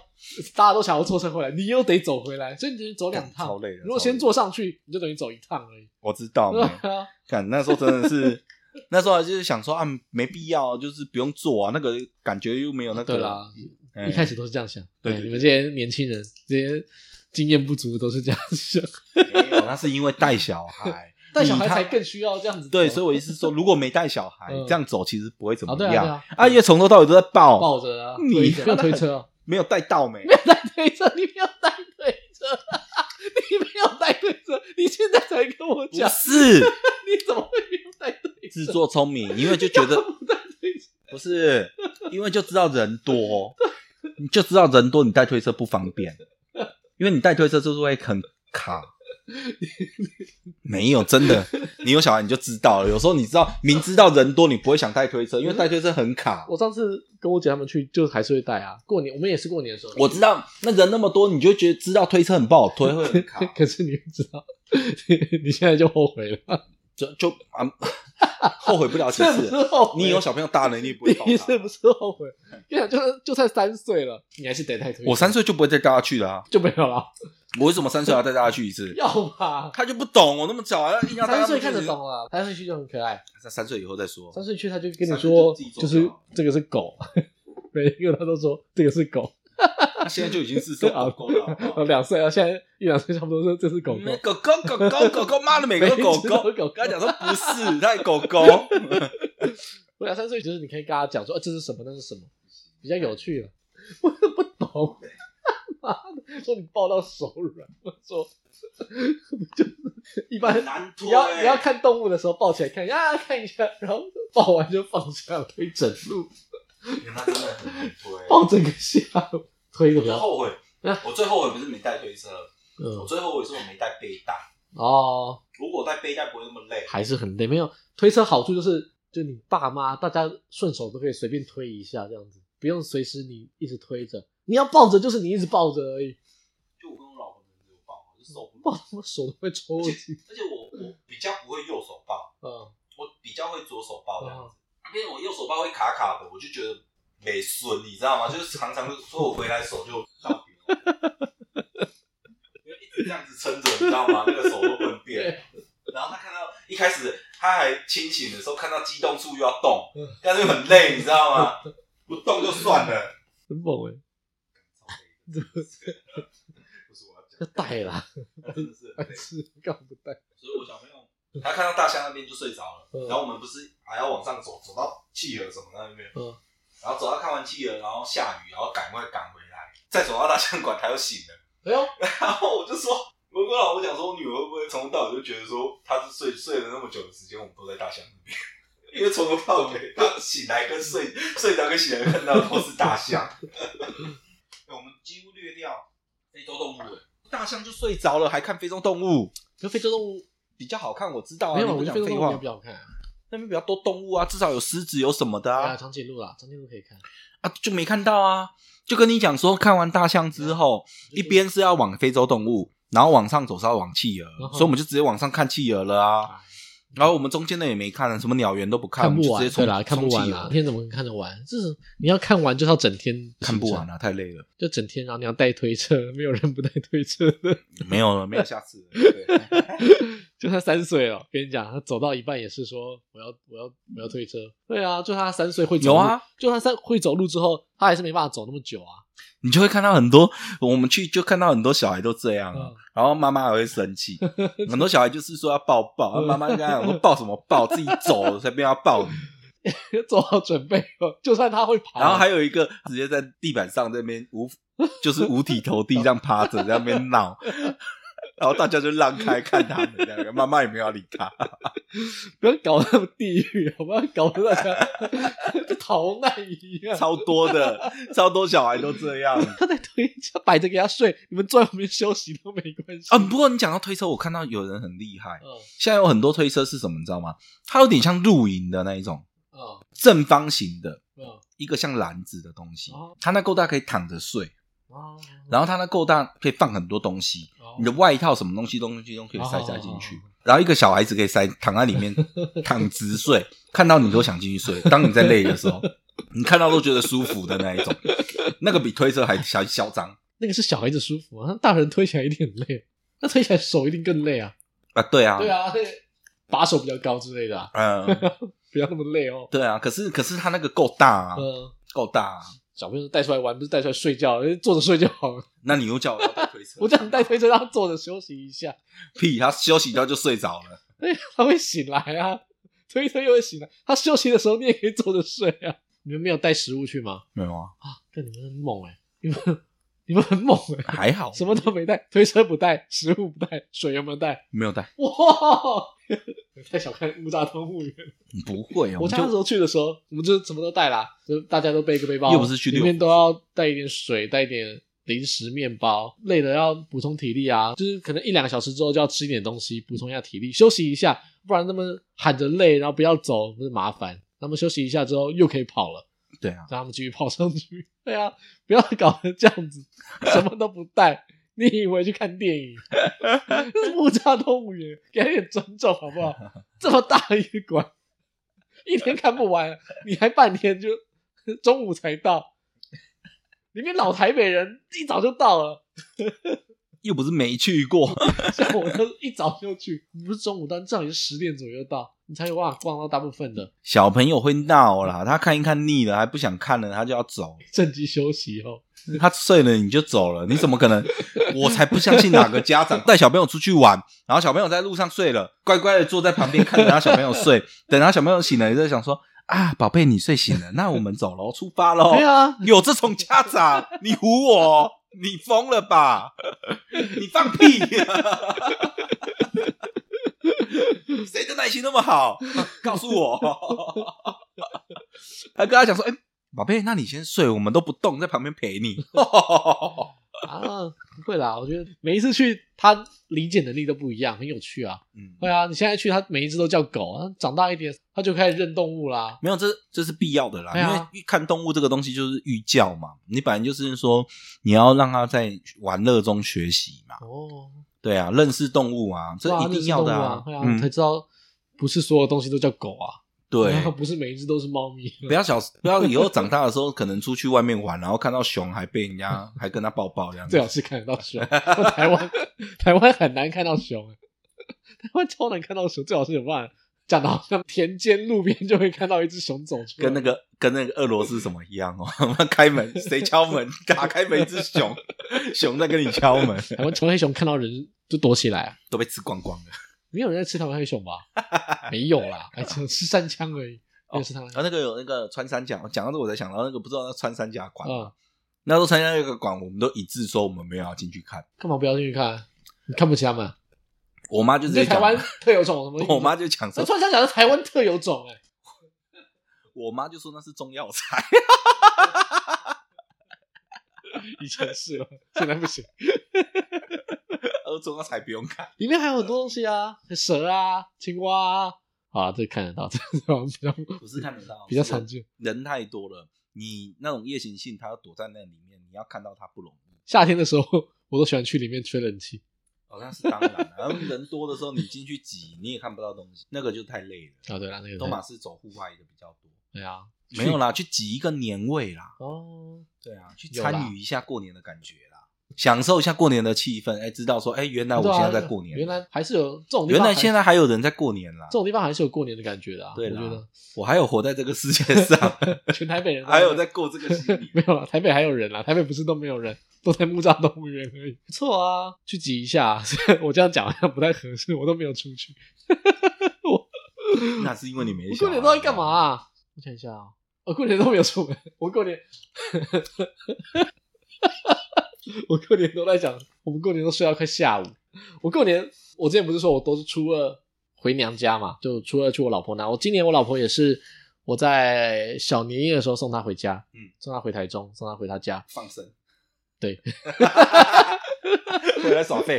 大家都想要坐车回来，你又得走回来，所以你只能走两干嗯超趟。累啊的。如果超累先坐上去，你就等于走一趟而已。我知道对没？啊，干那时候真的是。那时候就是想说啊，没必要，就是不用做啊，那个感觉又没有那个。对啦，哎一开始都是这样想。对哎对你们这些年轻人，这些经验不足都是这样 想。没有，那是因为带小孩，带小孩你看才更需要这样子。对，所以我意思是说，如果没带小孩，嗯这样走其实不会怎啊，么对啊，对样。啊，啊，因为从头到尾都在抱，抱着啊，你推着 没有推车哦，没有带到没？带推车，你没有带推车， 你没有带推车，你现在才跟我不讲，是你怎么会没有带推车？自作聪明，因为就觉得不 带推车，不是，因为就知道人多，你就知道人多，你带推车不方便，因为你带推车就是会很 卡。没有，真的，你有小孩你就知道了。有时候你知道，明知道人多，你不会想带推车，因为带推车很卡。我上次跟我姐他们去，就还是会带啊。过年我们也是过年的时候，我知道，那人那么多，你就觉得知道推车很不好推，会 很卡。可是你知道，你现在就后悔了。就就啊，后悔不了几这不次。是后悔，你有小朋友大了，你也不会抱你是他。不是后悔？跟你讲，就是就算三岁了，你还是得带推车。我三岁就不会再带他去了啊！就没有了，我为什么三岁要带他去一次？要吧？他就不懂，我那么小啊，硬要带三他们岁去看得懂，了，三岁去就很可爱。三三岁以后再说。三岁去他就跟你三岁就说自己，走就是就好这个是狗，每一个他都说这个是狗。他现在就已经是瘦狗狗 了好不好呃，。两岁啊，现在一两岁差不多说这是狗狗，嗯狗狗狗狗狗狗，妈的，每个都狗每一只都狗是。狗狗。跟他讲说不是，他也狗狗。 我两啊三岁就是你可以跟他讲说，呃，这是什么，那是什么，比较有趣了。 我都不懂，妈的，说你抱到手软，我说就是一般很难推欸你要你要看动物的时候抱起来看呀看一下，然后抱完就放下，推整路，他真的很难推。欸抱整个下午，推个我比最较后悔， 啊我最后悔不是没带推车，我嗯最后悔是我没带背带。哦，如果带背带不会那么累。还是很累。没有推车好处就是，就你爸妈大家顺手都可以随便推一下，这样子不用随时你一直推着，你要抱着就是你一直抱着而已，就我跟我老婆轮流抱，我就手不抱他妈手都会抽筋。而且我我比较不会右手抱，嗯，啊我比较会左手抱这样子，因为我右手抱会卡卡的，我就觉得没顺，你知道吗？就是常常就说我回来手就到底了因为一直这样子撑着，你知道吗？那个手都不能变。然后他看到一开始他还清醒的时候，看到激动处又要动嗯，但是又很累，你知道吗？不动就算了。很猛哎、不是我要讲，要带 啦，那真的是很白累 痴，干嘛不带？所以我小朋友他看到大象那边就睡着了，嗯然后我们不是还要往上走，走到企鹅什么那边，嗯然后走到看完企鹅，然后下雨，然后赶快赶回来，再走到大象馆，他又醒了。 哎呦，然后我就说，我跟我老婆讲说，我女儿会不会从头到尾就觉得说，她是睡睡了那么久的时间，我们都在大象那边。 因为从头到尾，她醒来跟睡睡着跟醒来看到都是大象， 我们几乎略掉非洲动物了。大象就睡着了，还看非洲动物，可非洲动物比较好看，我知道啊。没有，你我不觉得讲非废洲动物没有话比，较好看啊。那边比较多动物啊，至少有狮子有什么的啊，啊长颈鹿啦，长颈鹿可以看。啊，就没看到啊。就跟你讲说，看完大象之后，一边是要往非洲动物，然后往上走是要往企鹅，嗯哼所以我们就直接往上看企鹅了啊。哎然后我们中间的也没看，啊什么鸟园都不看，看我们不就直接冲完，对啦，看不冲完企啦，鹅，天怎么看得完？就是你要看完，就是要整天看不完，啊，太累了，就整天，然后你要带推车，没有人不带推车的。 没有了，没有下次了。对就他三岁了，跟你讲，他走到一半也是说我要我要我要推车。对啊，就他三岁会走有路啊，就他三会走路之后，他还是没办法走那么久啊。你就会看到很多，我们去就看到很多小孩都这样啊嗯，然后妈妈还会生 气，很多小孩就是说要抱抱，嗯妈妈就跟他讲说抱什么抱，自己走才不要抱你。做好准备哦，就算他会爬，然后还有一个直接在地板上这边无， 就是五体投地这样趴着，在那边闹， 然后大家就让开看他们，这样妈妈也没有要理 他。不要搞那么地狱，好不要搞得大家 就逃难一样。超多的，超多小孩都这 样。他在推车摆着给他睡，你们坐在旁边休息都没关系啊，不过你讲到推车，我看到有人很厉害，嗯现在有很多推车是什么，你知道吗？它有点像露营的那一种嗯正方形的嗯一个像篮子的东西哦，它那够大可以躺着睡，哦，然后它那够大可以放很多东西，后你的外套什么东西东西都可以塞塞进去哦，然后一个小孩子可以塞躺在里 面躺直睡，看到你都想进去睡。当你在累的时候，你看到都觉得舒服的那 一种，那个比推车还还嚣张那个是小孩子舒服啊，那大人推起来一定很累，那推起来手一定更累啊。啊！对啊，对，啊，那个把手比较高之类的、啊，嗯，不要那么累哦。对啊。可是可是他那个够大啊嗯、，够大啊。小朋友带出来玩不是带出来睡觉，呃坐着睡就好了。那你又叫我要带推车，我叫你带推车，让他坐着休息一下，屁，他休息一下就睡着了。 他会醒来啊。推车又会醒来，他休息的时候你也可以坐着睡啊。 你们没有带食物去吗？没有啊，啊，对，你们很猛哎、你们 你们很猛哎、还好，什么都没带，推车不带，食物不带，水有没有带？没有带，哇， 太小看木栅动物园了。不会啊。我家那时就候去的时候，我们就什么都带啦，就大家都背一个背包，又不是去里六面福都要带一点水，带一点零食、面包，累了要补充体力啊。就是可能一两个小时之后就要吃一点东西，补充一下体力，休息一下，不然那么喊着累，然后不要走，不是麻烦。那么休息一下之后又可以跑了，对啊，让他们继续跑上去。对啊，不要搞成这样子，什么都不带。你以为去看电影？这是木栅动物园，给他点尊重好不好？这么大一个馆，一天看不完，你还半天就中午才到。里面老台北人一早就到了，又不是没去过。 像我都一早就去，不是中午到，至少也是十点左右到，你才有办法逛到大部分的。小朋友会闹啦，他看一看腻了，还不想看了，他就要走。趁机休息哦后，他睡了你就走了，你怎么可能？我才不相信哪个家长 带小朋友出去玩，然后小朋友在路上睡了，乖乖的坐在旁边看着他小朋友睡， 等他小朋友醒了，你就想说啊，宝贝你睡醒了，那我们走喽，出发喽。对 啊，有这种家长，你唬我，你疯了 吧？你放屁、谁的耐心那么好？告诉我。还 跟他讲说，哎、宝贝，那你先睡，我们都不动，在旁边陪 你。啊，不会啦，我觉得每一次去，他理解能力都不一样，很有趣啊。嗯，对啊，你现在去，他每一只都叫狗，他长大一点，他就开始认动物啦。没有，这这是必要的啦，对啊因为看动物这个东西就是寓教嘛，你本来就是说你要让它在玩乐中学习嘛，哦，对啊，认识动物啊，这对啊一定要的那是动物啊，对啊，你才嗯，知道不是所有东西都叫狗啊，对， 不是每一只都是猫咪。不要小，不要以后长大的时候，可能出去外面玩，然后看到熊还被人 家还跟他抱抱这样子最。好是看得到熊。台湾台湾很难看到熊，欸台湾超难看到熊，最好是有办法讲的好像田间路边就会看到一只熊走出来，跟那个跟那个俄罗斯什么一样哦，他妈开门谁敲门，打开门一只熊， 熊在跟你敲门，台湾台湾黑熊看到人就躲起来啊，都被吃光光了。没有人在吃台湾黑熊吧？没有啦，哎，只有吃山枪而已，没有吃台湾黑然后啊那个有那个穿山甲，讲到这我才想到那个不知道那穿山甲馆，熊。嗯，那时候参加那个馆，我们都一致说我们没有要进去看。干嘛不要进去看？你看不起他们？啊我妈就你直对接台讲，湾特有种什么意思？我妈就讲那说，穿山甲是台湾特有种哎、我妈就说那是中药材， 以前是了，现在不行。她说中药材不用 看。里面还有很多东西啊，蛇啊、青蛙啊，啊，这看得到， 这这种比较不是看得到，比较是常见。人太多了，你那种夜行性，它要躲在那里面，你要看到它不容易。夏天的时候，我都喜欢去里面吹冷气。好像哦是当然啦，然后人多的时候你进去挤，你也看不到东西，那个就太累了。啊，对啦，那个东马是走户外的比较多，对啊，没有啦，去挤一个年味啦，哦，对啊，去有啦参与一下过年的感觉啦，享受一下过年的气氛，哎，知道说，哎，原来我对啊现在在过年，原来还是有这种地原方还，来现在还有人在过年啦这，种地方还是有过年的感觉的啊。对我啦觉得我还有活在这个世界 上，全台北人都还有在过这个新 没年，有啦，台北还有人啦，台北不是都没有人，都在木栅动物园而已。不错啊，去挤一下啊。 我这样讲好像不太合适，我都没有出去。我那是因为你没我小过孩年都在干嘛、？啊？我想一下啊，我过年都没有出门， 我过年，我过年都在想，我们过年都睡到快下午。我过年，我之前不是说我都是初二回娘家嘛，就初二去我老婆那。我今年我老婆也是，我在小年夜的时候送她回家，嗯，送她回台中，送她回她家。放生，对， 回来耍废。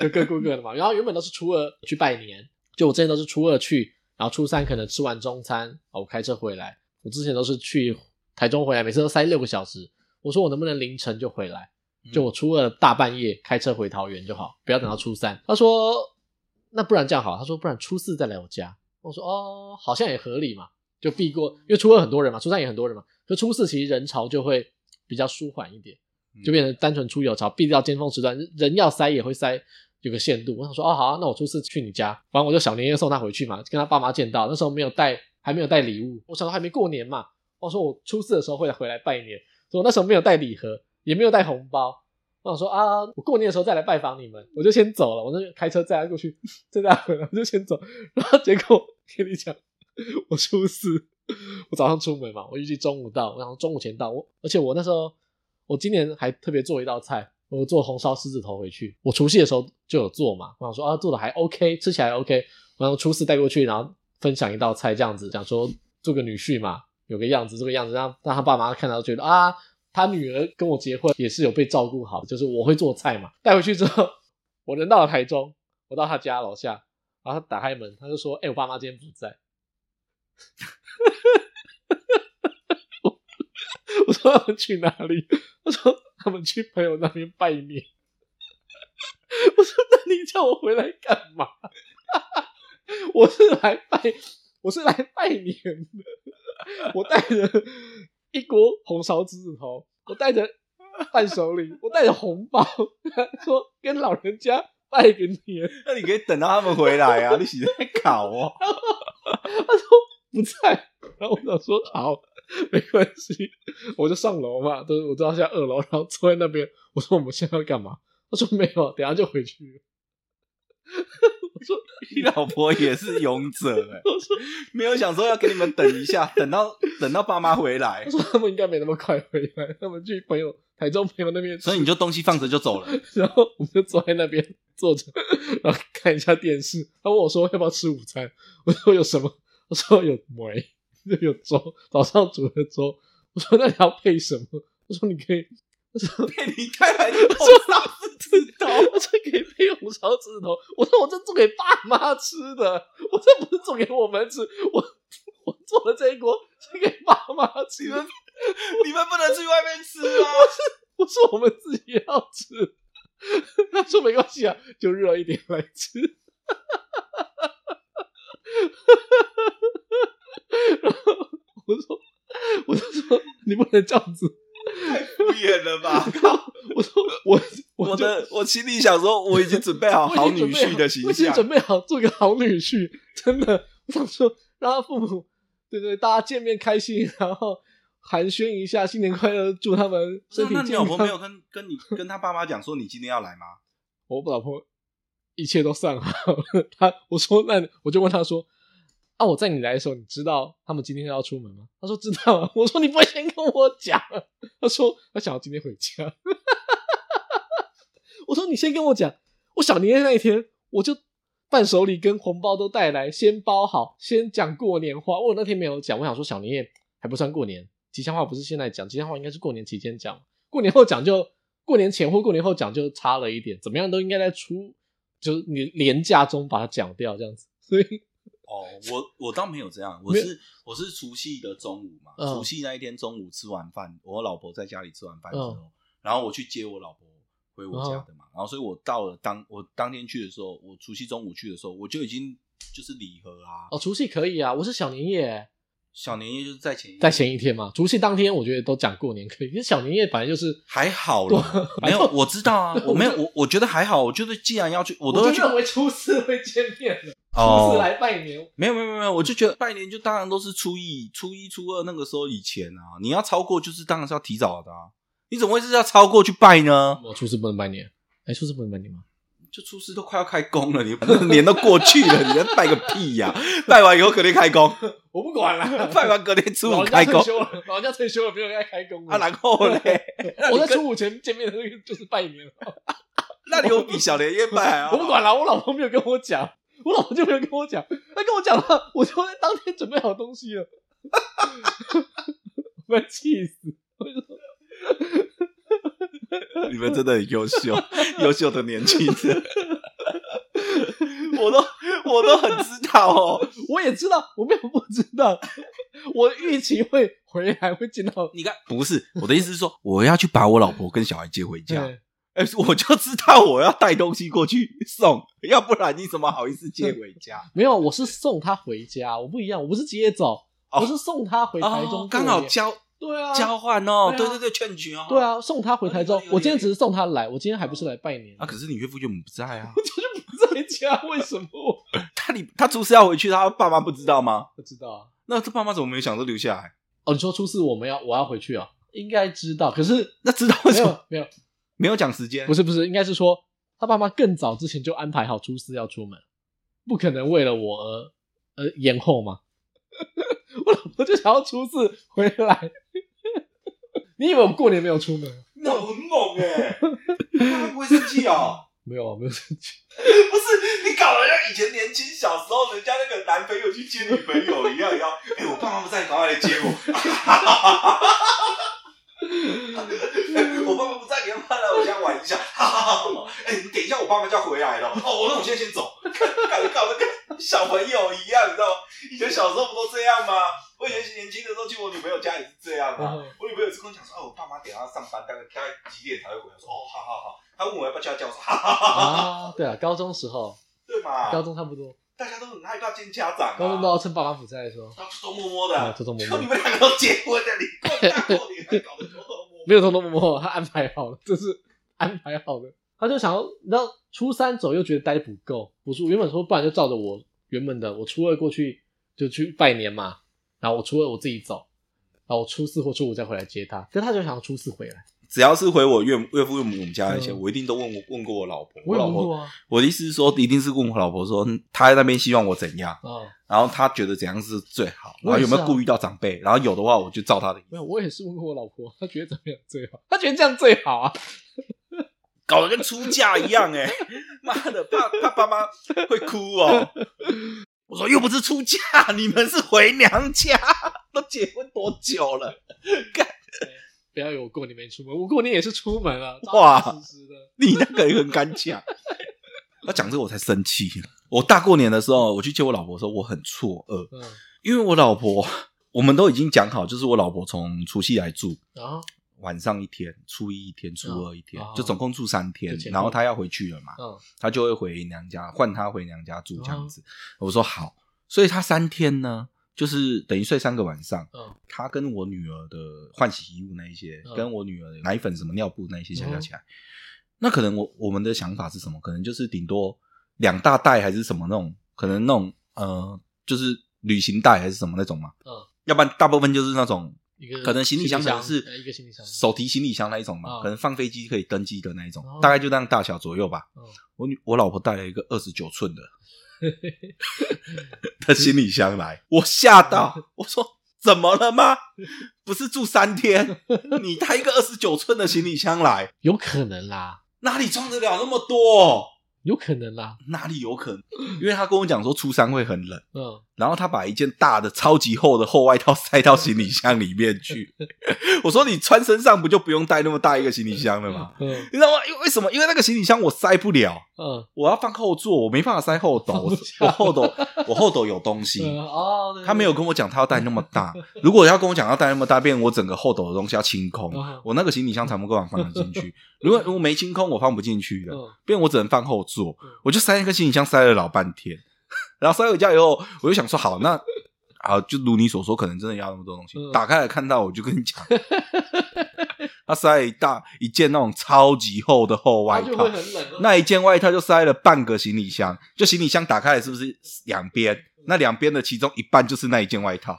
就各过各的嘛。然后原本都是初二去拜年，就我之前都是初二去，然后初三可能吃完中餐，啊我开车回来。我之前都是去台中回来，每次都塞六个小时。我说我能不能凌晨就回来？就我初二大半夜开车回桃园就好，不要等到初三。他说那不然这样好，他说不然初四再来我家。我说哦，好像也合理嘛，就避过，因为初二很多人嘛，初三也很多人嘛，可初四其实人潮就会比较舒缓一点。就变成单纯出游潮，避掉尖峰时段，人要塞也会塞，有个限度。我想说，哦，好啊、那我初次去你家，反正我就小年夜送他回去嘛，跟他爸妈见到。那时候没有带，还没有带礼物，我想说还没过年嘛，我说我初四的时候会回来拜年，所以我那时候没有带礼盒，也没有带红包。我想说啊，我过年的时候再来拜访你们，我就先走了，我就开车载他过去，再载他回来，我就先走。然后结果跟你讲，我初四，我早上出门嘛，我预计中午到，然后中午前到。我而且我那时候，我今年还特别做一道菜，我做红烧狮子头回去。我除夕的时候就有做嘛，我想说啊，做的还 OK，吃起来还 OK。然后初四带过去，然后分享一道菜，这样子讲说做个女婿嘛，有个样子，这个样子让让他爸妈看到觉得啊，他女儿跟我结婚也是有被照顾好，就是我会做菜嘛。带回去之后，我人到了台中，我到他家楼下，然后他打开门，他就说：“哎、我爸妈今天不在。我”我说他们去哪里？他说他们去朋友那边拜年。我说那你叫我回来干嘛？我是来拜我是来拜年的，我带着一锅红烧狮子头，我带着伴手礼，我带着红包，说跟老人家拜个年。 那你可以等到他们回来 啊，你是在搞哦。他说不在，然后我想说好，没关系，我就上楼嘛，都我知道下二楼，然后坐在那边，我说我们现在要干嘛？他说没有，啊等一下就回去了。我说你老婆也是勇者哎、没有想说要给你们等一下， 等到等到爸妈回来他，说他们应该没那么快回来，他们去朋友台中朋友那边吃，所以你就东西放着就走了。然后我们就坐在那边坐着，然后看一下电视。他问我说要不要吃午餐，我说有什么？我说有梅， 有粥，早上煮的粥。我说那你要配什么？我说你可以，我说 被你开来就碰上知道，我这可以配红烧狮子头。我说我这做给爸妈吃的，我这不是做给我们吃，我我做的这一锅是给爸妈吃的，你们不能去外面吃 啊！不是我们自己要吃。 他说没关系啊，就热一点来吃。 然后我说，我就说你不能这样子。敷衍了吧？我说我我就的我心里想说， 我已经准备好我好已经女准备婿的好我形已经象，准备好做一个好女婿，真的，我想说让他父母，对对，大家见面开心，然后寒暄一下，新年快乐，祝他们身体那你健老婆康。没有跟跟你跟他爸妈讲说你今天要来吗？我老婆一切都算好了，她我说那我就问她说。啊！我在你来的时候，你知道他们今天要出门吗？她说知道啊。 我说你不会先跟我讲啊？她说她想要今天回家。 我说你先跟我讲，我小年夜那一天我就伴手礼跟红包都带来，先包好，先讲过年话。我那天没有讲，我想说小年夜还不算过年，吉祥话不是现在讲，吉祥话应该是过年期间讲，过年后讲就过年前或过年后讲就差了一点，怎么样都应该在初就是你廉价中把它讲掉这样子。所以哦，我我倒没有这样，我没有是我是除夕的中午嘛，嗯除夕那一天中午吃完饭，我老婆在家里吃完饭之嗯后，然后我去接我老婆回我家的嘛，然后所以我到了当我当天去的时候，我除夕中午去的时候，我就已经就是礼盒啊，哦，除夕可以啊，我是小年夜小年夜就是在前一在夜前一天嘛，除夕当天我觉得都讲过年可以，因为小年夜反正就是还好啦，没有，我知道啊，我没有，我我觉得还好，我觉得既然要去，我都就要去认为初四会见面的，初四哦，来拜年。没有没有没有没有，我就觉得拜年就当然都是初一、初一、初二那个时候以前啊，你要超过就是当然是要提早的啊，你怎么会是要超过去拜呢？哦我初四不能拜年，哎、初四不能拜年吗？就初四都快要开工了，你 年都过去了，你在拜个屁 呀、拜完以后隔天开工，我不管了，拜 完隔天初老五人家开退工休了，老人家退休了，没有人在开工了啊，然后嘞，我在初五前见面的那个就是拜年了。那你有比小年夜拜 啊？我不管了，我老婆没有跟我讲，我老婆就没有跟我讲，她跟我讲了，我就在当天准备好东西了， 我被气死。你们真的很优秀，优秀的年轻人。 我都我都很知道哦。我也知道，我没有不知道，我预期会回来，会见 到你看，不是我的意思是说，我要去把我老婆跟小孩接回家。对哎、我就知道我要带东西过去送，要不然你怎么好意思接回家？没有，我是送她回家，我不一样，我不是接走，哦我是送她回 台中过哦年。刚好交对啊，交换哦，对对啊对对，劝局哦，对。啊，送她回台中有。理有理我今天只是送她来，我今天还不是来拜年。 啊，可是你岳父岳母不在啊， 是在家，为什么我 他你他厨师要回去，他爸妈不知道吗？不知道啊？那他爸妈怎么没有想着留下来？哦，你说初四我们要我要回去啊？应该知道，可是那知道为没什么有没有，没有讲时间？不是不是，应该是说他爸妈更早之前就安排好初四要出门，不可能为了我而而延后嘛。 我老婆就想要初四回来， 你以为我们过年没有出门？那很猛哎、 他不会生气哦。没有啊，没有生气。 不是你搞得像以前年轻小时候人家那个男朋友去接女朋友一样一样。哎、我爸妈不在，赶快来接我。 我爸妈不在，你要不要来我家玩一下？ 哎、你等一下，我爸妈就要回来了。哦，那我现在先走。搞得搞得跟小朋友一样，你知道吗？以前小时候不都这样吗？我以前年轻的时候去我女朋友家也是这样啊。我女朋友是跟我讲说，哦，我爸妈等一下上班，大概大概几点才会回来？我说，哦，好啊好好。她问我要不要叫她叫，我说，哈哈哈哈，啊，对啊，高中时候，对嘛？高中差不多。大家都很害怕见家长、啊，高中都要趁爸妈不在的时候，他偷偷摸摸的、啊偷偷摸摸就你们两个都结婚了，你过大过年还搞得偷偷摸摸，没有偷偷摸摸，他安排好了，这是安排好的。他就想要，你知道，初三左右觉得待不够，补助原本说不然就照着我原本的，我初二过去就去拜年嘛，然后我初二我自己走，然后我初四或初五再回来接他，可是他就想要初四回来，只要是回我岳岳父岳母家那些，嗯我一定都问我问过我老婆，我也老问婆，过啊，我的意思是说，一定是问我老婆说嗯她在那边希望我怎样，啊、然后她觉得怎样是最好，然我后也有是啊没有顾虑到长辈，然后有的话我就照她的意思，没有，我也是问过我老婆，她觉得怎么样最好，她觉得这样最好啊，搞得跟出嫁一样 哎、妈的，怕怕爸妈会哭哦。我说又不是出嫁，你们是回娘家，都结婚多久了？不要以为我过年没出门，我过年也是出门啊，哇扎扎实实的，你那个也很敢讲。 他讲这个我才生气。我大过年的时候，我去接我老婆的时候，我很错愕，嗯，因为我老婆，我们都已经讲好，就是我老婆从除夕来住，然后晚上一天，初一一天，初二一天，哦就总共住三天就。前后然后她要回去了嘛，嗯，她就会回娘家，换她回娘家住这哦样子。我说好，所以她三天呢，就是等于睡三个晚上。嗯她跟我女儿的换洗衣物那一些，嗯跟我女儿的奶粉什么尿布那一些加加起来，那可能我我们的想法是什么？可能就是顶多两大袋还是什么那种，可能那种呃，就是旅行袋还是什么那种嘛。嗯，要不然大部分就是那种一个可能行李箱可能是呃一个行李箱，手提行李箱那一种嘛，嗯可能放飞机可以登机的那一种哦，大概就那样大小左右吧嗯。我女我老婆带了一个二十九寸 的的行李箱来，我吓 到，我说怎么了吗？不是住三天，你带一个二十九寸的行李箱来，有可能啦，哪里装得了那么多？有可能啦，哪里有可能？因为她跟我讲说初三会很冷，嗯，然后他把一件大的、超级厚的厚外套塞到行李箱里面 去。我说你穿身上不就不用带那么大一个行李箱了 吗？嗯你知道吗？因为为什么？因为那个行李箱我塞不了，嗯我要放后座，我没办法塞后斗。放 我不我下后斗，我后斗有东西。嗯，哦，对他没有，跟我讲他要带那么大。如果要跟我讲要带那么大，变成我整个后斗的东西要清空嗯，我那个行李箱才没办法放得进去。如果如果没清空，我放不进去对的。嗯，变我只能放后座嗯，我就塞那个行李箱塞了老半天， 然后塞回家以后，我就想说好， 那好就如你所说，可能真的要那么多东西。嗯打开来看到，我就跟你讲， 他塞了一大一件那种超级厚的厚外它就套会，很冷啊，那一件外套就塞了半个行李箱，就行李箱打开来是不是两边？那两边的其中一半就是那一件外套，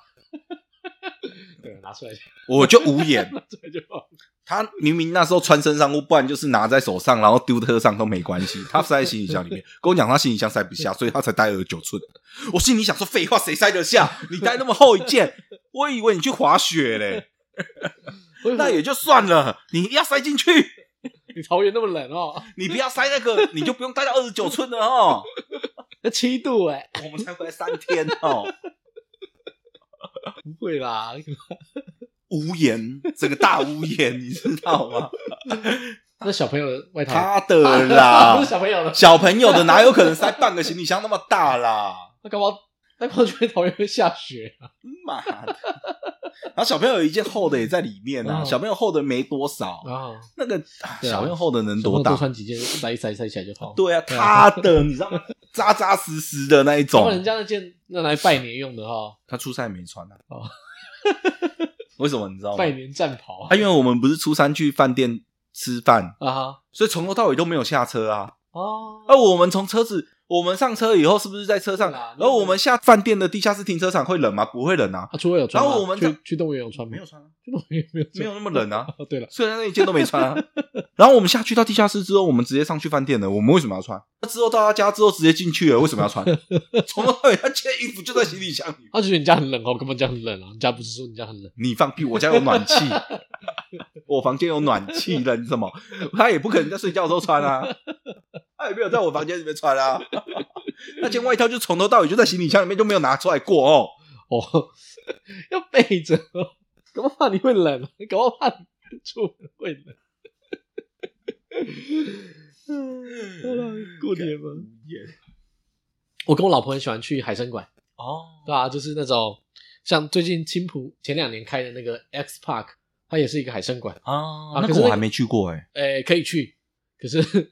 对，拿出来就，我就无言。 拿出来就好，他明明那时候穿身上，不然就是拿在手上，然后丢车上都没关 系。他塞在行李箱里面，跟我讲他行李箱塞不 下，所以他才带二十九寸。我心里想说，废话，谁塞得下？你带那么厚一件，我以为你去滑雪 嘞，我以为 那也就算了。你要塞进去， 你桃园那么冷哦，你不要塞那个，你就不用带到二十九寸了哦。那七度哎，我们才回来三天哦，不会啦，无言，整个大无言，你知道吗？那小朋友的外 套，啊他啊的啦是，小朋友的， 小朋友的哪有可能塞半个行李箱那么大啦？那干嘛？那干嘛觉得桃园会下雪啊？妈的！ 然后小朋友有一件厚的也在里面啊，嗯小朋友厚的没多少，啊，那个、啊对啊小朋友厚的能小朋多友多大？穿几件，塞一塞塞起来就好。 对啊，对啊他的你知道吗？ 扎扎实实的那一然后人种。家那件那来拜年用的哈，他初三也没穿啊。哦 为什么你知道吗拜？年战袍啊，因为我们不是初三去饭店吃饭，啊哈所以从头到尾都没有下车啊。哦而我们从车子，我们上车以后是不是在车上？对啊然后我们下饭店的地下室停车场会冷吗？不会冷啊，啊，除了有穿吗，然后我们去在去动物园有穿吗没有，穿啊，去动物园没有没穿。有那么冷啊。哦，对了，虽然那一件都没穿、啊。 然后我们下去到地下室之后，我们直接上去饭店了。我们为什么要穿？那之后到他家之后直接进去了，为什么要 穿？从头到尾，他件衣服就在行李箱里。他觉得你家很冷哦，根本家很冷啊，你家不是说你家很冷？你放屁！我家有暖气，我房间有暖气，冷什么？他也不可能在睡觉的时候穿啊，他也没有在我房间里面穿啊。那件外套就从头到尾就在行李箱里面，就没有拿出来过哦。哦， 要背着哦，搞不好怕你会冷，哦搞不好怕你出门会冷。嗯，好了，过年嘛，我跟我老婆很喜欢去海参馆，哦，对啊，就是那种像最近青浦前两年开的那个 X Park，它也是一个海参馆，啊那个我还没去过哎、诶、 可以去，可是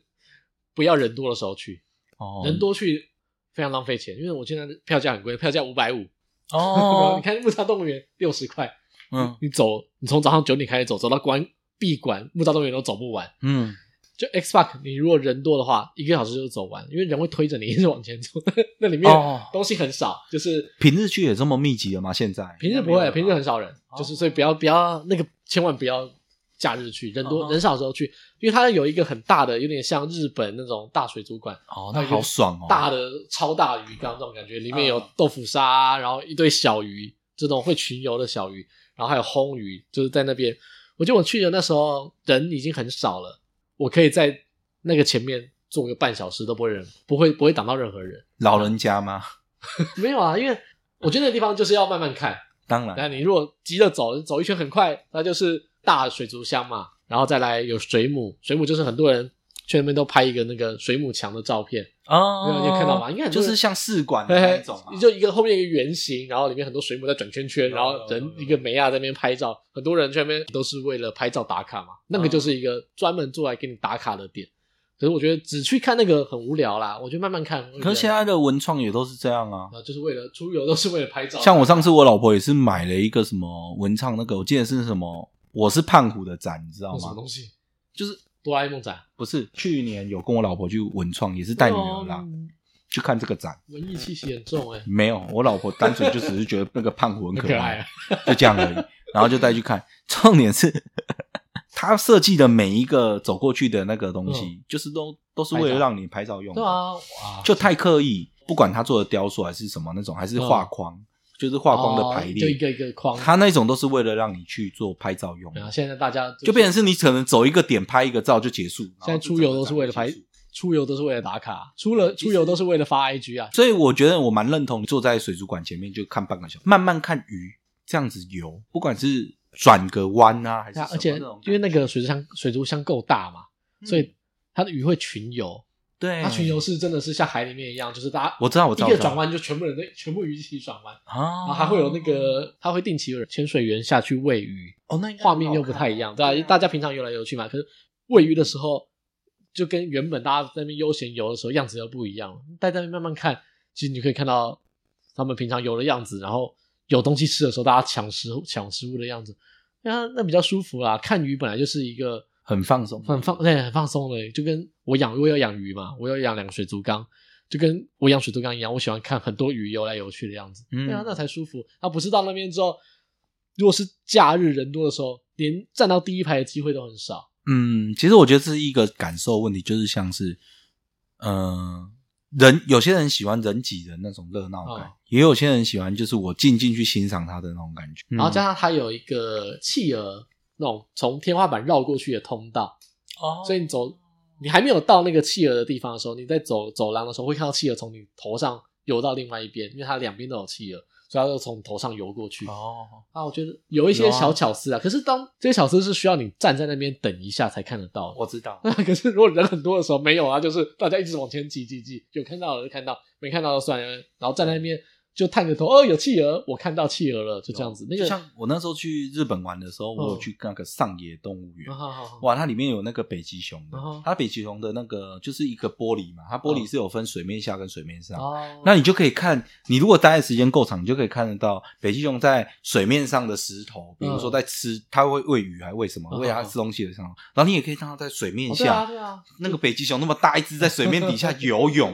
不要人多的时候去，哦人多去非常浪费钱，因为我现在票价很贵，票价五百五。你哦，看牧场动物园六十块，嗯你走，你从早上九点开始走，走到关闭馆，牧场动物园都走不完。嗯，就 X Park，你如果人多的话，一个小时就走完，因为人会推着你一直往前走。 那里面哦东西很少，就是平日去也这么密集了吗？现在平日不没会，有哦平日很少人，就是所以不要不要那个，千万不要假日去，人嗯多哼人少的时候去，因为它有一个很大的，有点像日本那种大水族馆，哦，那好爽哦，大的超大鱼缸这种感觉，里面有嗯豆腐鲨啊，然后一堆小鱼，这种会群游的小鱼，然后还有烘鱼，就是在那边。我记得我去的那时候人已经很少了，我可以在那个前面坐个半小时都不会人， 不会不会挡到任何人。老人家吗？没有啊，因为我觉得那个地方就是要慢慢看。当然，那你如果急着走，走一圈很快，那就是大水族箱嘛，然后再来有水母，水母就是很多人去那边都拍一个那个水母墙的照片，哦，没有你有看到吗？应该很多就人是像试管的嘿那嘿一种啊嘛，，就一个后面一个圆形，然后里面很多水母在转圈圈，啊有然后有人有有一个梅亚在那边拍照，很多人去那边都是为了拍照打卡嘛。那个嗯就是一个专门做来给你打卡的点。可是我觉得只去看那个很无聊啦，我觉得慢慢看。可是现在的文创也都是这样啊然。后就是为了出游都是为了拍照，像我上次我老婆也是买了一个什么文创那个，我记得是什么，我是胖虎的展，你知道有什么吗？东西，就是哆啦 A 梦展不是去年有跟我老婆去文创，也是带女儿啦、哦去看这个展。文艺气息很重哎、没有，我老婆单纯就只是觉得那个胖虎很很可可爱爱啊，就这样而已。然后就带去看，重点是他设计的每一个走过去的那个东西，就是都都是为了让你拍照用的对嗯啊，哇，就太刻意。不管他做的雕塑还是什么那种，还是画框，就是画框的排嗯哦就一列，个一个框。啊他那种都是为了让你去做拍照用的然后现在大家就变成是你可能走一个点拍一个照就结束。现在出游都是为了拍然后就整个展就结束，出游都是为了打卡，出了出游都是为了发 IG 啊，所以我觉得我蛮认同，坐在水族馆前面就看半个小时，慢慢看鱼，这样子游，不管是转个弯啊，还是对啊，什而么且那种感觉嗯因为那个水族箱水族箱够大嘛，所以它的鱼会群游。对，它群哎游是真的是像海里面一样，就是大家我知道我知道一个我知道转弯就全部人都全部鱼一起转弯，然后啊，还会有那个它会定期有潜水员下去喂鱼，哦，那应该画面很好又不看太一样，对啊，大家平常游来游去嘛，可是喂鱼的时候就跟原本大家在那边悠闲游的时候样子又不一样了。大家在那边慢慢看，其实你可以看到他们平常游的样子，然后有东西吃的时候，大家抢食抢食物的样子，那那比较舒服啦。看鱼本来就是一个很放松，很放对很放松的，就跟我养我要养鱼嘛，我要养两个水族缸。就跟我养水族缸一样，我喜欢看很多鱼游来游去的样子。嗯对啊，那才舒服。啊，不是到那边之后，如果是假日人多的时候，连站到第一排的机会都很少。嗯，其实我觉得这是一个感受问题，就是像是，呃，人有些人喜欢人挤人那种热闹感，哦也有些人喜欢就是我静静去欣赏它的那种感觉。嗯然后加上它有一个企鹅那种从天花板绕过去的通道，哦，所以你走，你还没有到那个企鹅的地方的时候，你在走走廊的时候会看到企鹅从你头上游到另外一边，因为它两边都有企鹅，所以它就从你头上游过去。哦，啊，我觉得有一些有啊小巧思啊，可是当这些巧思是需要你站在那边等一下才看得到的。我知道，那 可是如果人很多的时候没有啊，就是大家一直往前挤挤挤，有看到的就看到，没看到就算了，然后站在那边就探个头，哦，有企鹅，我看到企鹅了，就这样子。那个嗯就像我那时候去日本玩的时候，我有去那个上野动物园啊，好好好哇，它里面有那个北极熊的哦，嗯它北极熊的那个就是一个玻璃嘛，它玻璃是有分水面下跟水面上。哦，那你就可以看，你如果待的时间够长，你就可以看得到北极熊在水面上的石头，比如说在吃，它会喂鱼还喂什么，嗯喂它吃东西的时候，然后你也可以看到在水面哦对啊下，对啊，那个北极熊那么大一只在水面底下游 泳，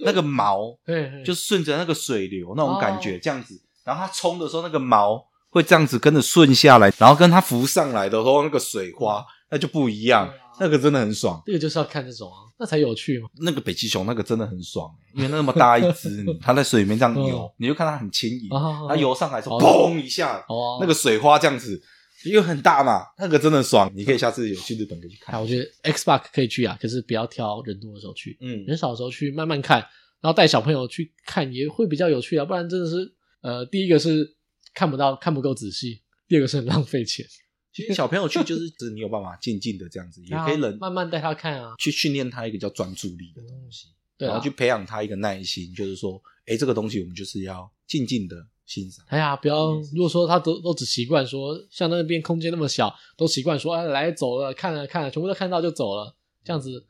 那个毛对，对就顺着那个水流那种感觉哦这样子，然后它冲的时候那个毛会这样子跟着顺下来，然后跟它浮上来的时候那个水花那就不一样对啊，那个真的很爽。这个就是要看这种啊，那才有趣嘛。那个北极熊那个真的很爽，欸因为那么大一 只，你它在水里面这样游嗯，你就看它很轻盈，啊，它游上来的时候哦砰一下，哦，那个水花这样子，因为很大嘛，那个真的爽。你可以下次有去日本可以去哎，看我。觉得 Xbox 可以去啊，可是不要挑人多的时候去，嗯，人少的时候去慢慢看，然后带小朋友去看也会比较有趣啊，不然真的是呃，第一个是看不到看不够仔细，第二个是很浪费钱。其实小朋友去就是 指你有办法静静的这样子，也可以对啊人慢慢带他看啊。去训练他一个叫专注力的东西，对然啊后，去培养他一个耐心，就是说，哎，这个东西我们就是要静静的欣赏。哎呀，不要！嗯如果说他都都只习惯说，像那边空间那么小，都习惯说，哎，来走了，看了看了，全部都看到就走了，这样子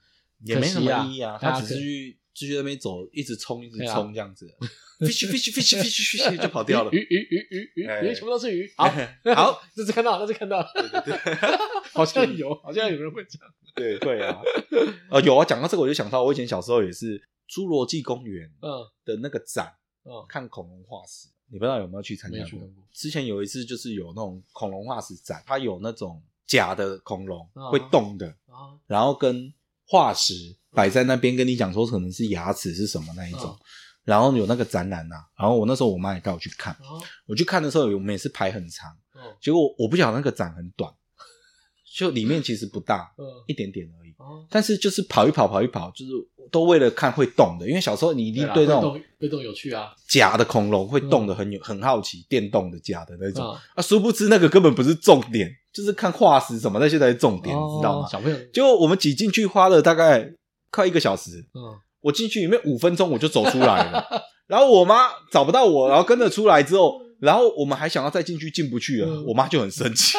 嗯也没什可惜么啊意义啊，大家他只是可去继续在那边走，一直冲，一直对啊冲这样 子，fish fish fish fish fish fish 就跑掉了鱼。鱼鱼鱼鱼哎，鱼，全部都是鱼。 好 好，这次看到， 那次看到，对对对。 好像有，好像有人会讲。 对对啊，呃，有啊，讲到这个我就想到，我以前小时候也是侏罗纪公园嗯的那个展，嗯，看恐龙化石，你不知道有没有去参加没去过看？过。之前有一次就是有那种恐龙化石展，它有那种假的恐龙、嗯会动的，啊，然后跟化石摆在那边，跟你讲说可能是牙齿是什么那一种。嗯然后有那个展览呐、然后我那时候我妈也带我去看，啊，我去看的时候，我们也是排很长，哦，结果我不晓得那个展很短， 就里面其实不大，嗯，一点点而已。啊，但是就是跑一跑，跑一跑，就是都为了看会动的，因为小时候你一定啦对那会种动会动有趣啊，假的恐龙会动的很有很好奇，电动的假的那种嗯啊，殊不知那个根本不是重点，就是看化石什么那些才是重点，哦你知道吗？小朋友，结果我们挤进去花了大概快一个小时， 嗯，我进去里面五分钟我就走出来 了，然后我妈找不到我，然后跟着出来之后，然后我们还想要再进去进不去了，嗯我妈就很生 气。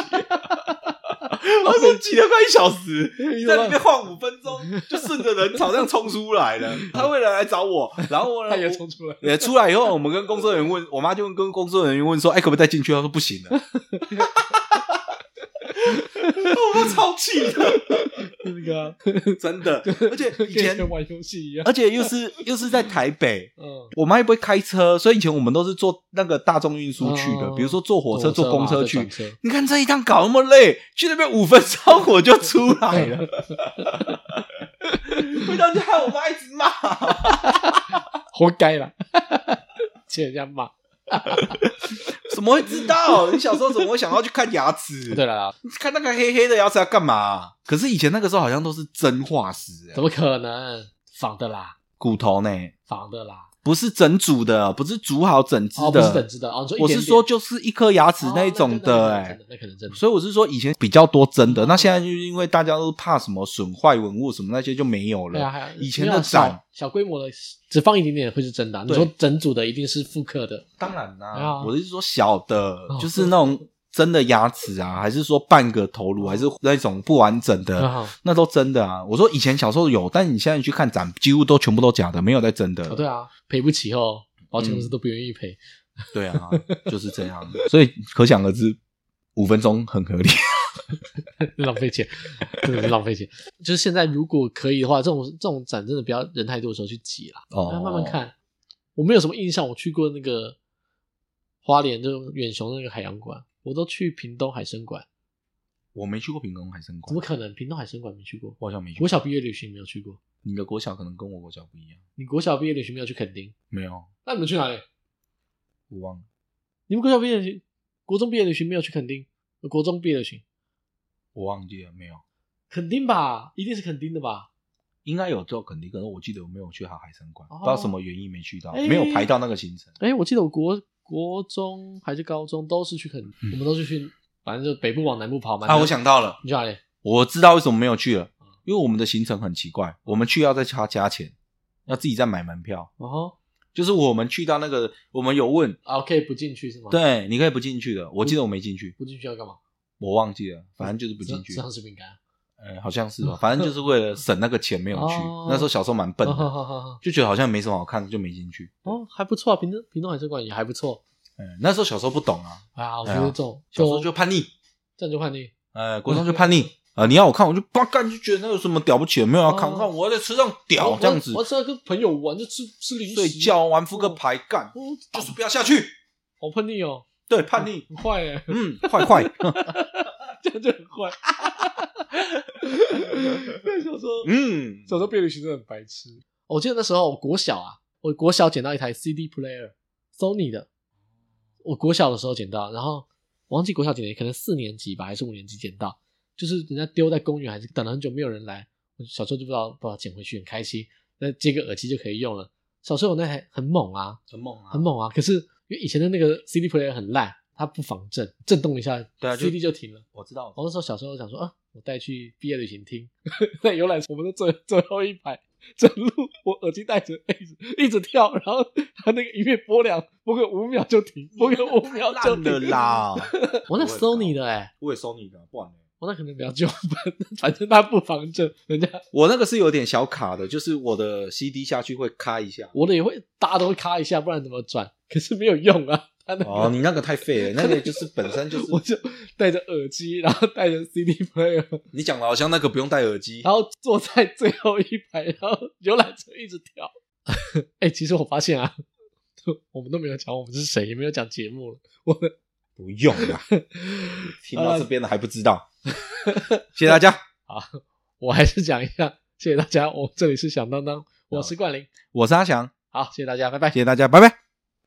我说挤了快一小 时，在里面晃五分钟，就顺着人潮这样冲出来 了。她为了来找我，然后 我他也冲出来，呃，出来以后，我们跟工作人员问，我妈就跟工作人员问说：“哎、可不可以再进去？”她说：“不行了。” 我妈超气的， 那 个啊，真的。而 且以跟以前前，玩游戏一样。而且又是又是在台北，嗯，我妈又不会开车，所以以前我们都是坐那个大众运输去的，哦比如说坐火车、坐公车嘛去 再。转车你看这一趟搞那么累，去那边五分钟我就出来了。回到家，我妈一直骂。 活该 啦，欠人家骂。怎么会知道？你小时候怎么会想要去看牙齿？ 对啦，看那个黑黑的牙齿要干嘛、可是以前那个时候好像都是真化石、怎么可能仿的啦？骨头呢？仿的啦，不是整组的，不是煮好整只哦，不的，是等值的哦。你说一我点是点说就是一颗牙齿那一种哦哎、那可能真的，那可能真的。所以我是说以前比较多真的，哦那现在就是因为大家都怕什么损坏文物什么那些就没有对啊，了。还有以前没的有展小小规模的，只放一点点会是真的啊。你对说整组的一定是复刻的，当然啦、对啊我是说小的，哦就是那种真的牙齿啊，还是说半个头哦颅，还是那种不完整的。很好。那都真的啊！我说以前小时候有，但你现在去看展，几乎都全部都假的，没有在真的。哦，对啊，赔不起哦，保险公司嗯都不愿意赔。 对啊，就是这样。 所以可想而知，五分钟很合 理。浪费钱，真的是浪费钱。就是现在如果可以的话，这种这种展真的不要人太多的时候去挤啦，哦慢慢。看。我没有什么印象，我去过那个花莲，就是远雄那个海洋馆，我都去屏东海参馆，我没去过屏东海参怎馆么，可能？屏东海参馆没去过，我好像没去国过。小毕业旅行没有去过，你的国小可能跟我国小不一样，你国小毕业旅行没有去垦丁，没有，那你们去哪里？我忘了。你们国小毕业旅行、国中毕业旅行没有去垦丁，呃国中毕业旅行我忘记了，没有，垦丁吧，一定是垦丁的吧？应该有做肯定，可是我记得我没有去好海参馆，哦不知道什么原因没去到，哎没有排到那个行程。啊哎、我记得我国国中还是高中都是去垦，我们都是去，反正就北部往南部跑嘛。嗯啊，我想到了，你去哪里？我知道为什么没有去了，因为我们的行程很奇怪，我们去要再加加钱，要自己再买门票。哦、就是我们去到那个，我们有问，啊，可以不进去是吗？，对，你可以不进去的。我记得我没进去，不进去要干嘛？我忘记了，反正就是嗯不进去吃。吃吃饼干啊。呃，好像是吧，反正就是为了省那个钱没有去哦。那时候小时候蛮笨哦好的，好好好就觉得好像没什么好看，就没进去。哦，还不错啊，屏东屏东海参馆也还不错。嗯，那时候小时候不懂啊，啊，我哎觉呀得这种、小时候就叛逆，这样就叛逆。呃，国中就叛逆。呃，你要我看，我就不干，就觉得那有什么了不起的，没有要看，哦看我在吃上屌我这样子我，我只要哦跟朋友玩就吃吃零食，睡觉玩扑克牌干，哦，就是不要下去，好叛逆哦，对，叛逆，很坏哎，嗯，坏坏， 这样就很 坏。对，小时候，嗯，小时候毕业旅行真的很白痴。我记得那时候我国小啊，我国小捡到一台 CD player，Sony 的。我国小的时候捡到，然后忘记国小几年，可能四年级吧，还是五年级捡到，就是人家丢在公园，还是等了很久没有人来。我小时候就不知道，不知道捡回去很开心，那接个耳机就可以用了。小时候我那台很猛啊，很猛啊很，猛啊！可是因为以前的那个 CD player 很烂，它不防震，震动一下，对啊就 CD 就停了。我知道，我那时候小时候想说啊，我带去毕业旅行听， 在游览车我们的最最后一排，整路我耳机戴着，一直一直跳，然后他那个音乐播两播个五秒就停，播个五秒就烂停的。啦， 我那 Sony 的哎、我也收你的，不然呢哦，那可能比较纠纷，反正他不防震，人家 我那个是有点小卡的，就是我的 CD 下去会咔一下。我的也会，大家都会咔一下，不然怎么转？可是没有用啊，他那个哦，你那个太废了，那个就是本身就是我就戴着耳机，然后戴着 CD player，你讲的好像那个不用戴耳机然后坐在最后一排，然后游览车一直跳。 哎、其实我发现啊， 我们都没有讲我们是谁，也没有讲节目了。我们不用啦。听呃 到这边的还不知道，谢谢大家，我还是讲一下，谢谢大家。我这里是响当当，我是冠霖。我是阿翔，好，谢谢大家，拜拜谢。谢大家，拜拜。